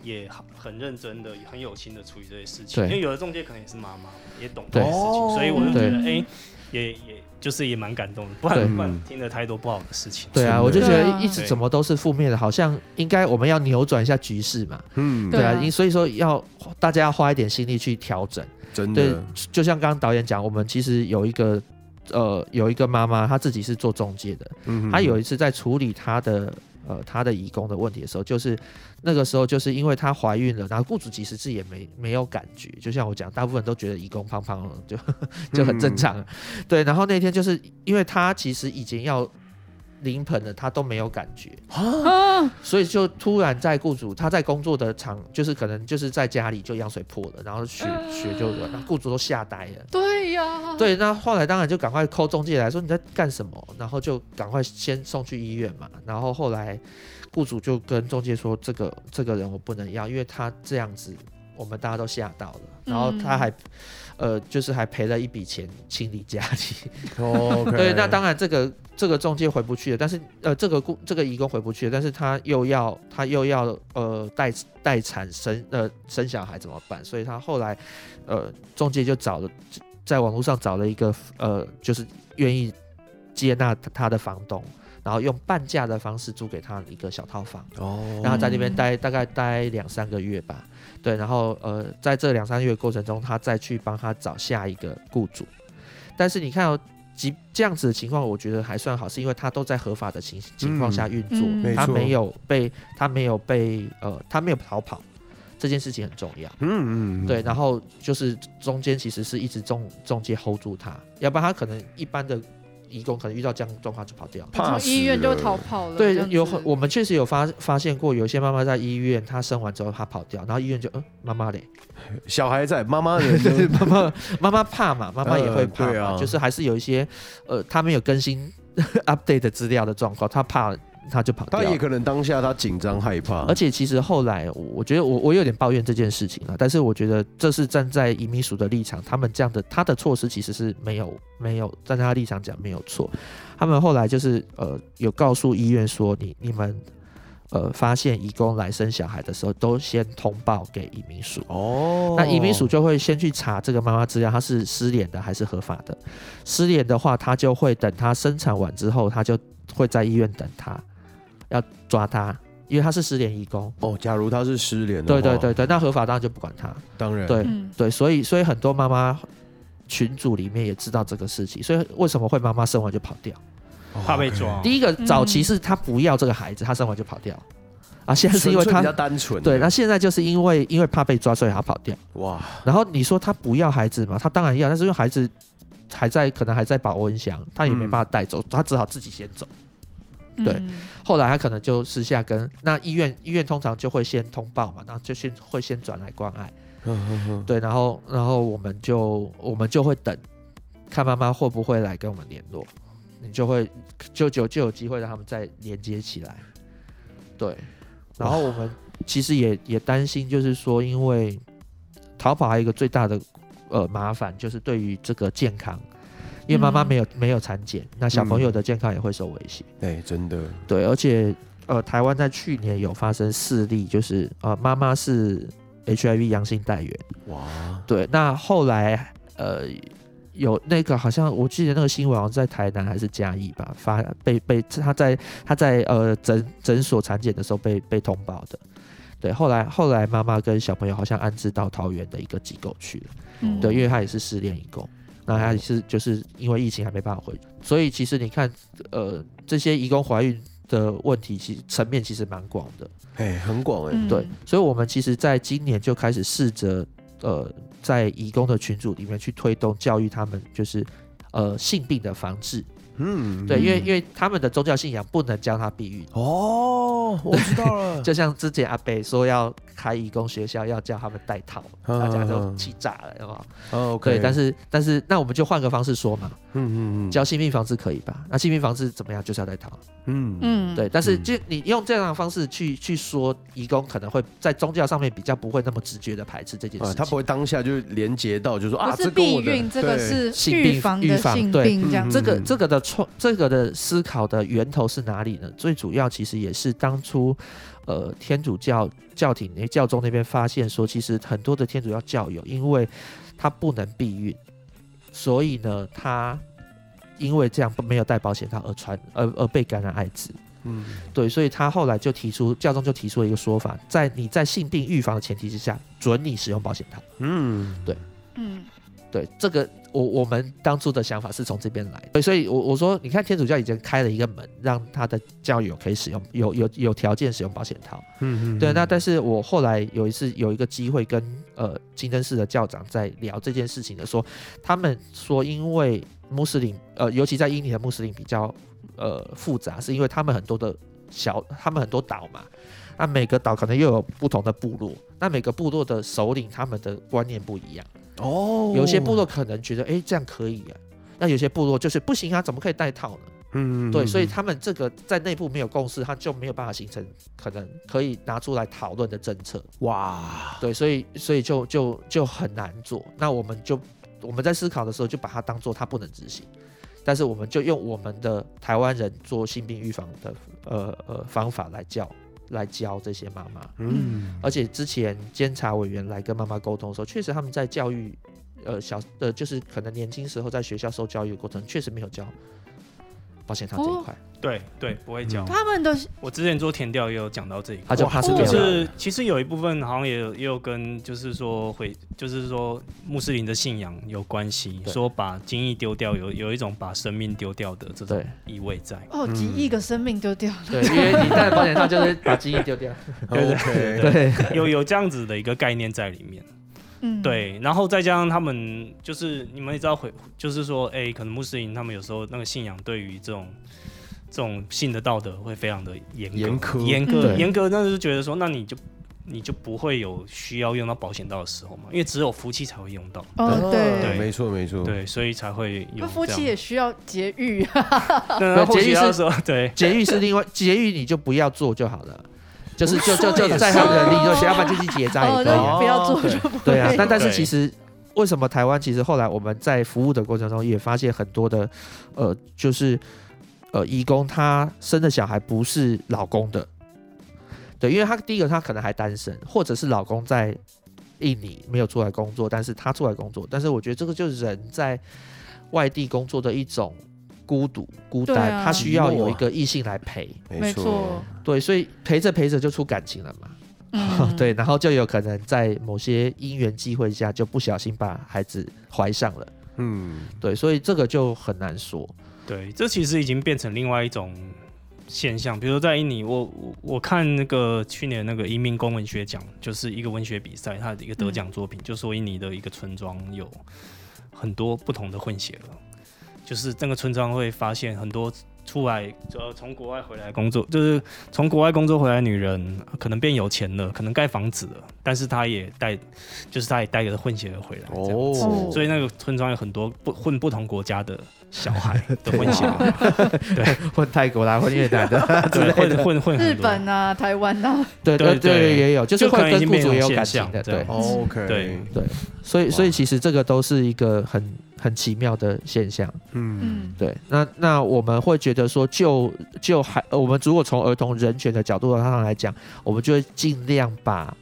也很很认真的、很有心的处理这些事情，
对
因为有的中介可能也是妈妈，也懂这些事
对
情，所以我就觉得，
对
哎，也也就是也蛮感动的，不
对
然不然听了太多不好的事情。
对
真
啊，
的
我就觉
对
得
啊
一直
对
怎么都是负面的，好像应该我们要扭转一下局势嘛。
嗯
对
对
啊
啊，因所以说要大家要花一点心力去调整。
真
对
的，
就像刚刚导演讲，我们其实有一个呃有一个妈妈，她自己是做中介的，
嗯
她有一次在处理她的呃她的义工的问题的时候，就是那个时候就是因为她怀孕了，然后雇主其实自己也没没有感觉，就像我讲，大部分都觉得义工胖胖了就 就很正常，对。然后那天就是因为她其实已经要临盆了，她都没有感觉，
啊，
所以就突然在雇主他在工作的场，就是可能就是在家里就羊水破了，然后血血就流，然后雇主都吓呆了。
对以呀。
对，那后来当然就赶快扣中介来说你在干什么，然后就赶快先送去医院嘛。然后后来雇主就跟中介说，这个这个人我不能要，因为他这样子我们大家都吓到了。然后他还、呃，就是还赔了一笔钱清理家里。
OK，
对，那当然这个这个中介回不去了，但是呃，这个雇这个义工回不去了，但是他又要他又要呃待待产生呃生小孩怎么办？所以他后来呃中介就找了在网络上找了一个呃就是愿意接纳他的房东，然后用半价的方式租给他一个小套房。
哦，
让他在那边待大概待两三个月吧，对，然后呃，在这两三个月过程中，他再去帮他找下一个雇主。但是你看哦，即这样子的情况，我觉得还算好，是因为他都在合法的情情况下运作，
嗯没
他
错
没有被他没有被呃他没有逃跑，这件事情很重要。
嗯嗯，
对，然后就是中间其实是一直中中介 hold 住他，要不然他可能一般的义工可能遇到这样的状况就跑掉了。
怕
从
死
医院就
了
逃跑了。这
对
样，
有
子
很我们确实有发发现过，有一些妈妈在医院，她生完之后她跑掉，然后医院就嗯，妈妈嘞，
小孩在，妈妈也 是
妈妈妈妈怕嘛，妈妈也会
呃
怕嘛，
对啊
就是还是有一些呃，她没有更新 update 的资料的状况，她怕她就跑掉
他
了。
也可能当下他紧张害怕，
啊而且其实后来，我我觉得我我有点抱怨这件事情了，但是我觉得这是站在移民署的立场，他们这样的他的措施其实是没有没有站在他立场讲没有错，他们后来就是呃有告诉医院说你你们呃发现移工来生小孩的时候都先通报给移民署。
哦，
那移民署就会先去查这个妈妈资料，她是失联的还是合法的。失联的话，他就会等她生产完之后，他就会在医院等她，要抓她，因为她是失联义工。
哦，假如他是失联的，
对对对，
哦
对，那合法当然就不管他。
当然，
对
嗯
对，所以所以很多妈妈群组里面也知道这个事情，所以为什么会妈妈生完就跑掉？
哦
怕被抓。
第一个早期
嗯
是她不要这个孩子，她生完就跑掉，啊，现在是因为
纯粹
她
比较单纯，
对，那现在就是因为因为怕被抓，所以她跑掉。
哇，
然后你说她不要孩子嘛，她当然要，但是因为孩子还在可能还在保温箱，她也没
嗯
办法带走，她只好自己先走。对
嗯
后来他可能就私下跟那医院，医院通常就会先通报嘛，然后就先会先转来关爱，对，然后然后我们就我们就会等，看妈妈会不会来跟我们联络，你就会就就就有机会让他们再连接起来，对，然后我们其实也也担心，就是说因为逃跑还有一个最大的呃麻烦就是对于这个健康，因为妈妈
嗯
没有、没有产检，那小朋友的健康也会受威胁。
哎，真的，
对，而且呃，台湾在去年有发生四例，就是呃，妈妈是 HIV 阳性带源。
哇，
对，那后来呃，有那个好像我记得那个新闻好像在台南还是嘉义吧，发被被他在他在呃诊诊所产检的时候被被通报的。对，后来后来妈妈跟小朋友好像安置到桃园的一个机构去了。
嗯
对，因为他也是失恋一工，那他也是就是因为疫情还没办法回去，所以其实你看，呃，这些移工怀孕的问题，其实层面其实蛮广的，
哎，很广哎，
嗯
对，所以我们其实在今年就开始试着，呃，在移工的群组里面去推动教育他们，就是呃性病的防治，
嗯，
对，因为
嗯
因为他们的宗教信仰不能教他避孕。
哦，我知道了，
就像之前阿北说要开义工学校，要教他们戴套，
嗯
大家
嗯
都
嗯
气炸了，有没有
哦
对，
，OK，
但是但是那我们就换个方式说嘛，
嗯嗯嗯，
教性病防治可以吧？那性病防治怎么样？就是要戴套，
嗯嗯
嗯
对。但是
嗯
就你用这样的方式去去说，移工可能会在宗教上面比较不会那么直觉的排斥这件事
啊，
情。
他不会当下就连接到，就说啊，
不是
这跟
避
我的
孕，这个
对
是
性
预
病
防
预
的
防
性
对
病这样
嗯
子。
这个这个的创这个的思考的源头是哪里呢？最主要其实也是当初，呃，天主教教廷那教宗那边发现说，其实很多的天主教教友，因为他不能避孕，所以呢，他因为这样没有带保险套而传而而被感染艾滋。
嗯，
对，所以他后来就提出，教宗就提出了一个说法，在你在性病预防的前提之下，准你使用保险套。
嗯，
嗯
对，这个我我们当初的想法是从这边来的，对所以我我说，你看天主教已经开了一个门，让他的教友可以使用，有有有条件使用保险套。
嗯嗯，
对，那但是我后来有一次有一个机会跟呃清真寺的教长在聊这件事情的时候，他们说因为穆斯林呃，尤其在印尼的穆斯林比较呃复杂，是因为他们很多的小，他们很多岛嘛，那每个岛可能又有不同的部落，那每个部落的首领他们的观念不一样，
哦
有些部落可能觉得，哎、这样可以啊。那有些部落就是不行啊，怎么可以戴套呢？
嗯
对，所以他们这个在内部没有共识，他就没有办法形成可能可以拿出来讨论的政策。
哇，
对，所以所以就就就很难做。那我们就我们在思考的时候，就把它当做它不能执行，但是我们就用我们的台湾人做性病预防的呃呃方法来教来教这些妈妈。
嗯
而且之前监察委员来跟妈妈沟通的时候，确实他们在教育呃小呃就是可能年轻时候在学校受教育的过程，确实没有教保险套这一块，
对对，不会
嗯
教。
他们的
我之前做填调也有讲到这一
他
块，
就 pass
哦就
掉了。
是其实有一部分好像也有也有跟就是说会就是说穆斯林的信仰有关系，
对
说把精益丢掉，有有一种把生命丢掉的这种
对
意味在。
哦，几亿个生命丢掉了。
对，因为你戴保险套就是把基因丢掉。
，OK，
对，
有有这样子的一个概念在里面。
嗯，
对，然后再加上他们就是你们也知道回，就是说，哎、可能穆斯林他们有时候那个信仰对于这种这种性的道德会非常的严格
严苛
严格
对
严格，那就是觉得说，那你就你就不会有需要用到保险刀的时候嘛，因为只有夫妻才会用到，
哦对
对。
没错没错，
对，所以才会有
那夫
这
妻
样
也需要节育啊，
那那或
节
许
育
要
是
说对。
节育是另外，节育你就不要做就好了，就是就就就
也是
在他们的利益，要不然就去结扎
哦，
也可以
那
啊。
不要做
对
就不
对啊，
会
那但是
对
其实为什么台湾其实后来我们在服务的过程中也发现很多的，呃，就是呃，义工他生的小孩不是老公的，对，因为他第一个他可能还单身，或者是老公在印尼没有出来工作，但是他出来工作，但是我觉得这个就是人在外地工作的一种孤独孤
对
单，
啊
他需要有
寂寞
一个异性来陪，
没错，，
对，所以陪着陪着就出感情了嘛。
嗯
对，然后就有可能在某些因缘机会下，就不小心把孩子怀上了。
嗯，
对，所以这个就很难说。
对，这其实已经变成另外一种现象。比如说在印尼，我我我看那个去年那个移民工文学奖，就是一个文学比赛，它的一个得奖作品，就说印尼的一个村庄有很多不同的混血儿，就是这个村庄会发现很多。出来，呃，从国外回来工作，就是从国外工作回来的女人，可能变有钱了，可能盖房子了，但是她也带，就是她也带着混血儿回来，这样子。
哦，
所以那个村庄有很多不混不同国家的小 孩的混血儿，
混泰国啦，混越南的，
对，混混混很
日
多
本啊，台湾啊，
对
对
对对，
对
也有，就是
就可
会
能已
跟
经
雇
变
主
成
也有
现
感情
象
的。
这样
嗯对，
OK，
对
所以所以
哇
其实这个都是一个很很奇妙的现象。
嗯，
嗯，
对，那那我们会觉得说就，就还呃我们如果从儿童人权的角度上来讲，我们就会尽量把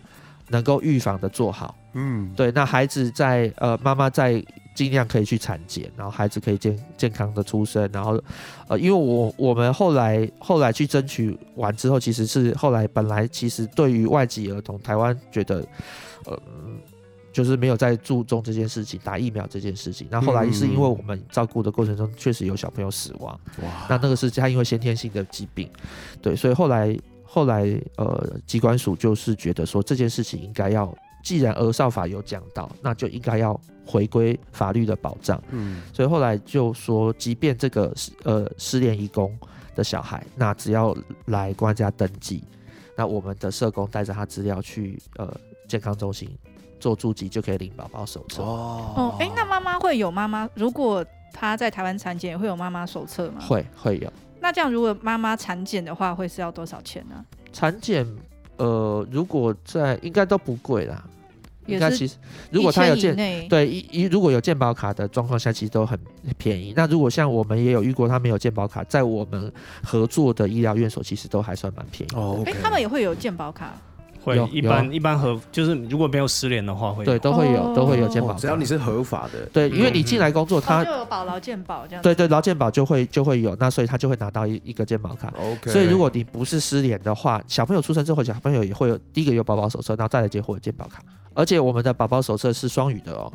能够预防的做好。
嗯，
对，那孩子在呃，妈妈在尽量可以去产检，然后孩子可以健健康的出生，然后呃，因为我我们后来后来去争取完之后，其实是后来本来其实对于外籍儿童，台湾觉得呃。嗯就是没有在注重这件事情，打疫苗这件事情。那后来是因为我们照顾的过程中，确实有小朋友死亡，
哇，
那那个是他因为先天性的疾病，对，所以后来后来呃，机关署就是觉得说这件事情应该要，既然儿少法有讲到，那就应该要回归法律的保障，
嗯，
所以后来就说，即便这个失呃失联义工的小孩，那只要来公安家登记，那我们的社工带着他资料去呃健康中心做注记，就可以领宝宝手册。
哦
哦，
哎，那妈妈会有妈妈，如果她在台湾产检，也会有妈妈手册吗？。
会会有
那这样，如果妈妈产检的话，会是要多少钱呢？
产检，呃，如果在应该都不贵啦。
也
应该
是
其实，如果他有健
一千以内，
对一一如果有健保卡的状况下，其实都很便宜。那如果像我们也有遇过，他没有健保卡，在我们合作的医疗院所，其实都还算蛮便宜。
哦，OK，
哎，他们也会有健保卡，
哦
会
有
一
有
般一般和就是如果没有失联的话会
对，都会有、都会有
哦
健保
哦
卡。
只要你是合法的，
对，因为你
嗯
进来工作，
哦，
他
就有保劳健保这样。
对对劳健保就会就会有，那所以他就会拿到一一个健保卡。
，OK，
所以如果你不是失联的话，小朋友出生之后，小朋友也会有第一个有宝宝手册，然后再来结婚有健保卡。而且我们的宝宝手册是双语的哦，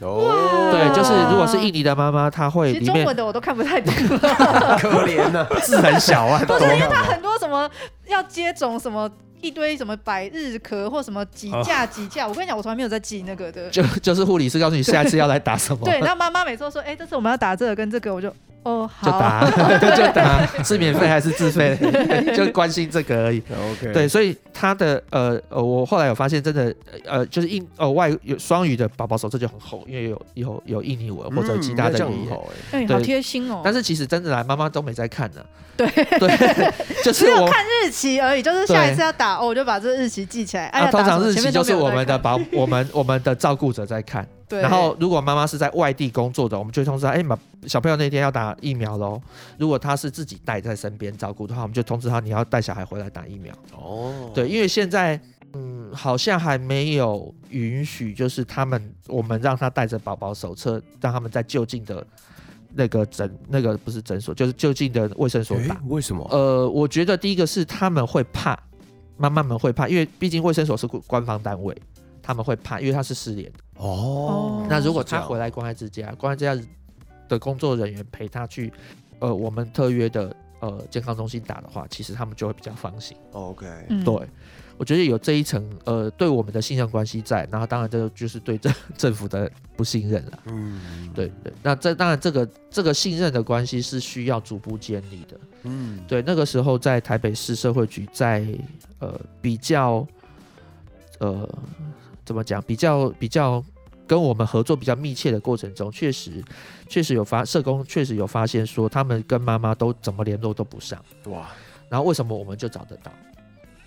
哦，
对，就是如果是印尼的妈妈，她
其
会
实
里
中
面
文的我都看不太懂，
可怜呐，
字很小啊，
不是因为他
很多什么要接种什么一堆什么百日咳或什么几
哦
价几价，我跟你讲，我从来没有在记那个 的。
就就是护理师告诉你下一次要来打什么。
对，然后妈妈每次都说，哎，这次我们要打这个跟这个，我就哦，
就
好，
打， 就打，是免费还是 自费，就关心这个而已。
哦 OK，嗯
对，，所以他的呃呃，我后来有发现，真的呃，就是印呃外有双语的宝宝手册就很厚，因为有有有印尼文或者有其他
嗯
的语言。
哎，好
对
贴心哦。
但是其实真的来，妈妈都没在看呢。
对
对， 就是
只有
我
看日期而已，就是下一
对
次要打，哦，我就把这日期记起来。哎
啊，
呀，
通
打什
常
么
日
前
期
面
就
都
是
没有
我
在
们的
看
保我们我们的照顾者在看，
对，
然后如果妈妈是在外地工作的，我们就会通知她，哎、妈，小朋友那天要打疫苗喽。如果她是自己带在身边照顾的话，我们就通知她你要带小孩回来打疫苗。
哦，
对，因为现在嗯，好像还没有允许，就是他们我们让他带着宝宝手册，让他们在就近的那个诊那个不是诊所，就是就近的卫生所打
诶。为什么？
呃，我觉得第一个是他们会怕，妈妈们会怕，因为毕竟卫生所是官方单位，他们会怕，因为他是失联。
哦
哦，
呃那如果他
是这样
回来关爱之家，啊关爱之家的工作人员陪他去，呃，我们特约的呃健康中心打的话，其实他们就会比较放心。
哦，OK，
嗯
对，我觉得有这一层呃对我们的信任关系在，然后当然这 就是对政政府的不信任了。
嗯，
对对，那这当然这个这个信任的关系是需要逐步建立的。
嗯，
对，那个时候在台北市社会局在呃比较呃怎么讲，比较比较跟我们合作比较密切的过程中，确实确实有发社工确实有发现说他们跟妈妈都怎么联络都不上，
哇，
然后为什么我们就找得到？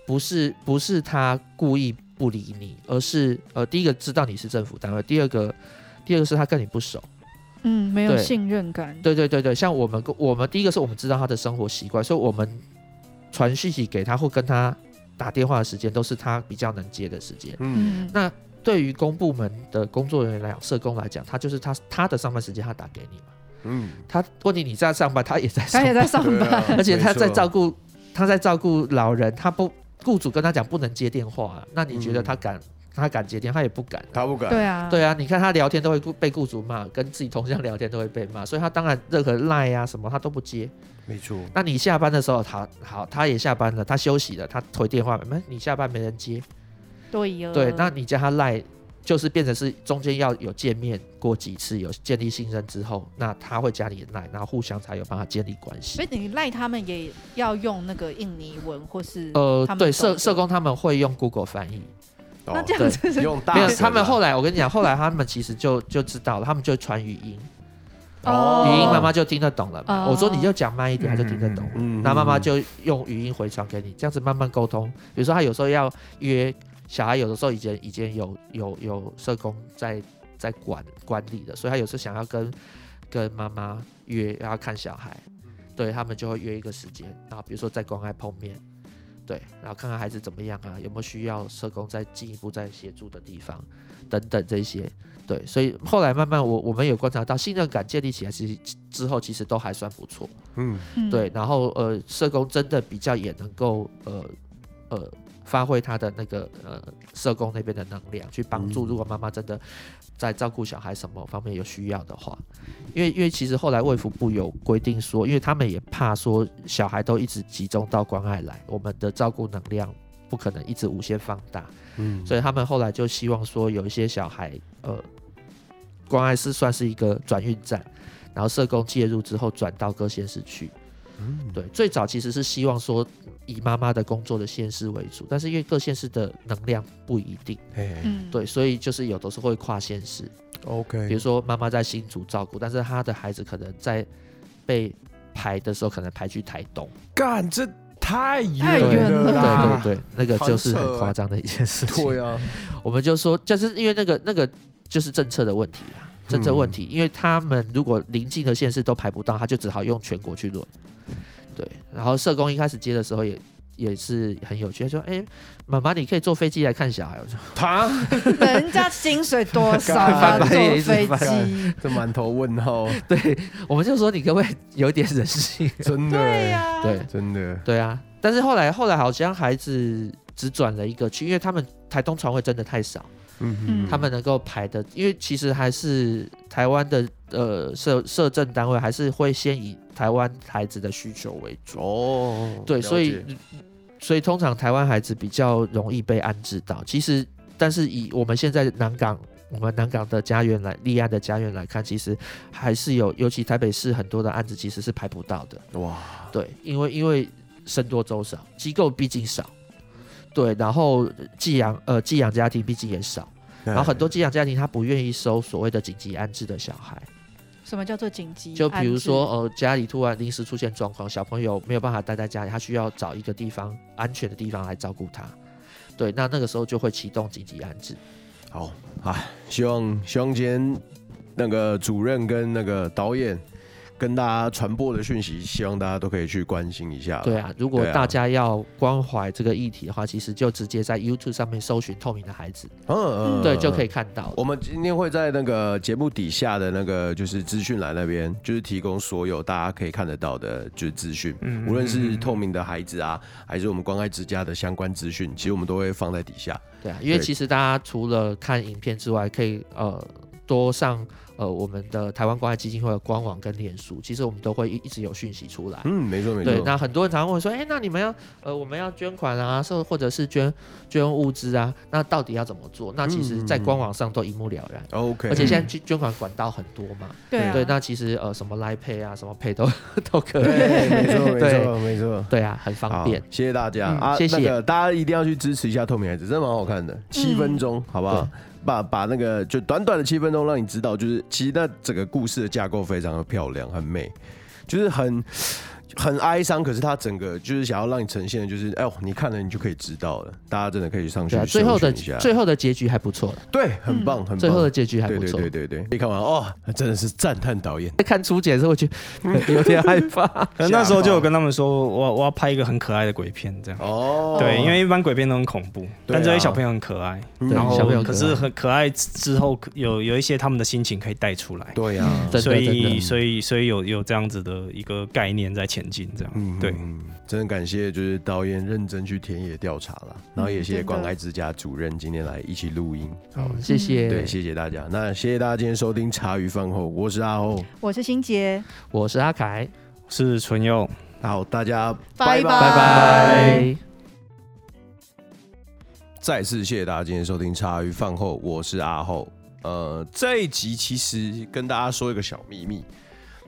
不是不是他故意不理你，而是呃第一个知道你是政府单位，第二个第二个是他跟你不熟。
嗯，没有
对
信任感。
对对对对，像我们跟我们第一个是我们知道他的生活习惯，所以我们传讯息给他或跟他打电话的时间都是他比较能接的时间。
嗯，
嗯，
那对于公部门的工作人员来讲，社工来讲，他就是他他的上班时间他打给你嘛，
嗯，
他问题你在上班，他也在上
他也
班，
在上
对
班，
啊
而且他在照
没错
顾他在照顾老人，他不雇主跟他讲不能接电话、啊，那你
嗯
觉得他敢、他敢接电话，他也不敢啊、
他不敢，
对啊，
对啊，你看他聊天都会被雇主骂，跟自己同乡聊天都会被骂，所以他当然任何赖啊什么他都不接。
没错，
那你下班的时候，他好，他也下班了，他休息了，他回电话，没你下班没人接，
对呀，
对，那你叫他赖，就是变成是中间要有见面过几次，有建立信任之后，那他会加你赖，然后互相才有办法建立关系
所。以你赖他们也要用那个印尼文或是
呃
他，们
对，
懂
社
的
社工他们会用 Google 翻译，
那
哦
这样
对
子是
用大
没有，
神啊
他们后来我跟你讲，后来他们其实就就知道了，他们就传语音，
哦
语音妈妈就听得懂了嘛。
哦
我说你就讲慢一点，他就听得懂。
嗯
那妈妈就用语音回传给你，这样子慢慢沟通。比如说，他有时候要约小孩，有的时候以前以前有有有社工在在管管理的，所以他有时候想要跟跟妈妈约要看小孩，对他们就会约一个时间，然后比如说在关爱碰面，对，然后看看孩子怎么样啊，有没有需要社工再进一步再协助的地方等等这些。对，所以后来慢慢我我们有观察到信任感建立起来，其实之后其实都还算不错。
嗯，
嗯
对，然后呃，社工真的比较也能够呃呃发挥他的那个呃社工那边的能量，去帮助
嗯
如果妈妈真的在照顾小孩什么方面有需要的话，因为因为其实后来卫福部有规定说，因为他们也怕说小孩都一直集中到关爱来，我们的照顾能量不可能一直无限放大，
嗯，
所以他们后来就希望说有一些小孩，呃，关爱是算是一个转运站，然后社工介入之后转到各县市去。
嗯
对，最早其实是希望说以妈妈的工作的县市为主，但是因为各县市的能量不一定，
哎
嗯，
对，所以就是有的时候会跨县市，比
，OK，
如说妈妈在新竹照顾，但是她的孩子可能在被排的时候，可能排去台东，
干这太
太
远
了
了
啦，
对对对，那个就是
很扯
很
欸
夸张的一件事情。
对啊，
我们就说，就是因为那个那个就是政策的问题啦，政策问题，因为他们如果临近的县市都排不到，他就只好用全国去轮。对，然后社工一开始接的时候也也是很有趣，他说：“哎、妈妈，你可以坐飞机来看啊小孩。”我说
他
人家薪水多少啊？
干
坐
翻白眼一直
飞
翻
机，
这满头问 号，：“
对，我们就说你可不可以有点人性
真的
对
欸，
呀，
对
真的？”，
对啊，但是后来后来好像孩子只转了一个区，因为他们台东船会真的太少。
嗯
嗯
他们能够排的，因为其实还是台湾的呃社社政单位还是会先以台湾孩子的需求为主，
哦，
对，
了
所以嗯
解
所以通常台湾孩子比较容易被安置到。其实，但是以我们现在南港我们南港的家园来立案的家园来看，其实还是有，尤其台北市很多的案子其实是排不到的。
哇，
对，因为因为僧多粥少，机构毕竟少，对，然后寄养呃寄养家庭毕竟也少，
嗯
然后很多寄养家庭他不愿意收所谓的紧急安置的小孩，
什么叫做紧急？
就比如说，呃家里突然临时出现状况，小朋友没有办法待在家里，他需要找一个地方安全的地方来照顾他，对，那那个时候就会启动紧急安置。
好啊，希望希望今天那个主任跟那个导演跟大家传播的讯息，希望大家都可以去关心一下。
对，啊，如果
对啊
大家要关怀这个议题的话，其实就直接在 YouTube 上面搜寻“透明的孩子
嗯嗯”，
对，就可以。看到。
我们今天会在那个节目底下的那个就是资讯栏那边，就是提供所有大家可以看得到的，就是资讯，
嗯
无论是透明的孩子啊，还是我们关爱之家的相关资讯，其实我们都会放在底下。
对啊，因为
对
其实大家除了看影片之外，可以呃多上呃我们的台湾关爱基金会的官网跟脸书，其实我们都会一一直有讯息出来。
嗯，没错没
对，
错。
那很多人常常问说，哎、那你们要呃，我们要捐款啊，或或者是捐捐物资啊，那到底要怎么做？那其
嗯
实，在官网上都一目了然，
OK，
而且现在捐捐款管道很多嘛，
对啊，
对，那其实呃，什么 Line Pay 啊，什么 Pay 都 都可以，
对，没错没错
对
没错。
对啊，很方便
好。谢谢大家、
嗯
啊！
谢谢嗯
那个大家一定要去支持一下《透明孩子》，真的蛮好看的，七分钟，好不好
对？
把把那个就短短的七分钟，让你知道，就是其实那整个故事的架构非常的漂亮，很美，就是很很哀伤，可是它整个就是想要让你呈现的，就是哎呦，你看了你就可以知道了。大家真的可以上去
对啊，
搜
最后的
寻一下，
最后的结局还不错了，
对，很棒，很棒。
最后的结局还
对
不
对
错。
对对对，一看完哦，真的是赞叹导演，
看初剪的时候，我觉 得有点害怕。
可能那时候就有跟他们说，我我要拍一个很可爱的鬼片这样。
哦，
对，因为一般鬼片都很恐怖，
对啊
但这些小朋友很可爱，
嗯
然
小朋友
后
很可爱
可是很可爱之后，有有一些他们的心情可以带出来，
对啊呀、
真
所
的真
以
的，
所以所以有有这样子的一个概念在前进，这样对。
嗯真的感谢就是导演认真去田野调查了，然后也谢谢关爱之家主任今天来一起录音，好，
嗯谢谢，
对，谢谢大家，那谢谢大家今天收听茶余饭后，我是阿后，
我是欣杰，
我是阿凯，
是纯佑，
好，大家拜
拜
拜拜。
再次谢谢大家今天收听茶余饭后，我是阿后。呃，这一集其实跟大家说一个小秘密，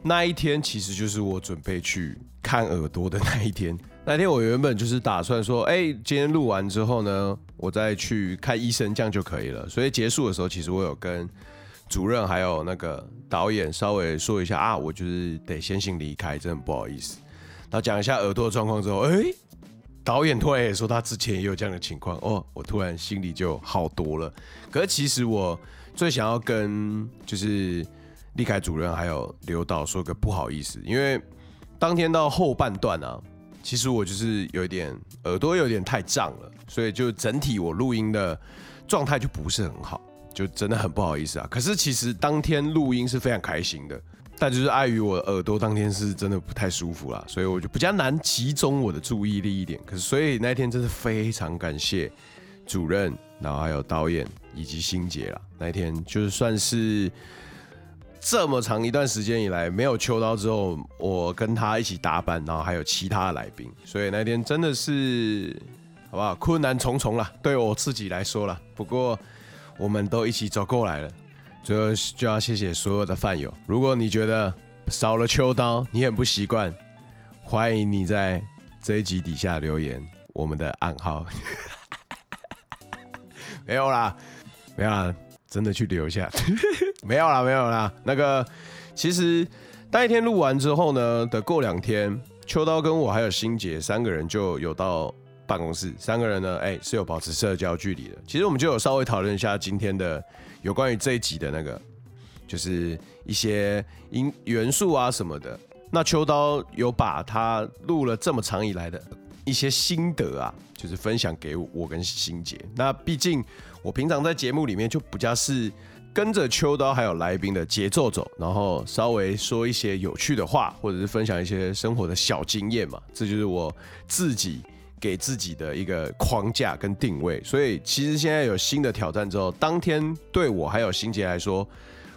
那一天其实就是我准备去看耳朵的那一天。 那天我原本就是打算说，哎、今天录完之后呢，我再去看医生，这样就可以了。所以结束的时候，其实我有跟主任还有那个导演稍微说一下啊，我就是得先行离开，真的很不好意思。然后讲一下耳朵的状况之后，哎、导演突然也说他之前也有这样的情况哦，我突然心里就好多了。可是其实我最想要跟就是立凯主任还有刘导说个不好意思，因为当天到后半段啊，其实我就是有一点耳朵有点太胀了，所以就整体我录音的状态就不是很好，就真的很不好意思啊。可是其实当天录音是非常开心的，但就是碍于我耳朵当天是真的不太舒服啦，所以我就比较难集中我的注意力一点。可是所以那天真是非常感谢主任，然后还有导演以及欣姐啦。那天就是算是这么长一段时间以来没有秋刀之后，我跟他一起搭班，然后还有其他的来宾，所以那天真的是好不好困难重重啦，对我自己来说啦。不过我们都一起走过来了。最后就要谢谢所有的饭友。如果你觉得少了秋刀，你很不习惯，欢迎你在这一集底下留言我们的暗号。 没有啦，没有啦，真的去留一下。 没有啦，没有啦。那个，其实那一天录完之后呢，的过两天，秋刀跟我还有欣姐三个人就有到办公室，三个人呢，哎、是有保持社交距离的。其实我们就有稍微讨论一下今天的有关于这一集的那个，就是一些因元素啊什么的。那秋刀有把他录了这么长以来的一些心得啊，就是分享给我我跟欣姐。那毕竟我平常在节目里面就比较是跟着秋刀还有来宾的节奏走，然后稍微说一些有趣的话，或者是分享一些生活的小经验嘛。这就是我自己给自己的一个框架跟定位。所以其实现在有新的挑战之后，当天对我还有欣杰来说，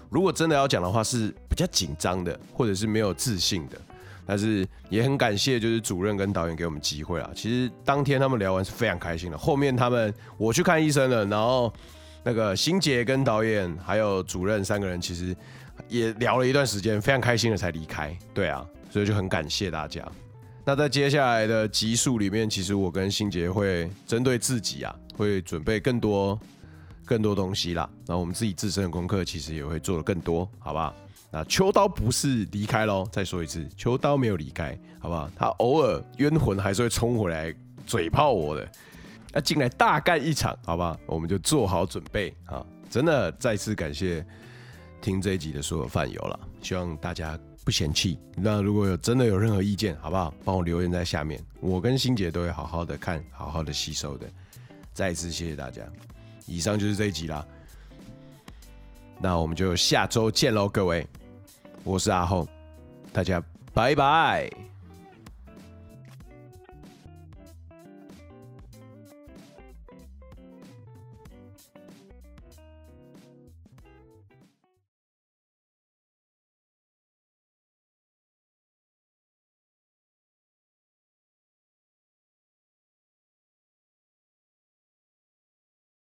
如果真的要讲的话，是比较紧张的，或者是没有自信的。但是也很感谢，就是主任跟导演给我们机会啊。其实当天他们聊完是非常开心的，后面他们我去看医生了，然后那个新杰跟导演还有主任三个人，其实也聊了一段时间，非常开心的才离开。对啊，所以就很感谢大家。那在接下来的集数里面，其实我跟新杰会针对自己啊，会准备更多更多东西啦。那我们自己自身的功课，其实也会做的更多，好不好？那秋刀不是离开喽，再说一次，秋刀没有离开，好不好？他偶尔冤魂还是会冲回来嘴炮我的，那进来大干一场，好吧？我们就做好准备啊！真的再次感谢听这一集的所有饭友了，希望大家不嫌弃。那如果有真的有任何意见，好不好？帮我留言在下面，我跟欣姐都会好好的看，好好的吸收的。再一次谢谢大家，以上就是这一集啦。那我们就下周见喽，各位，我是阿后，大家拜拜。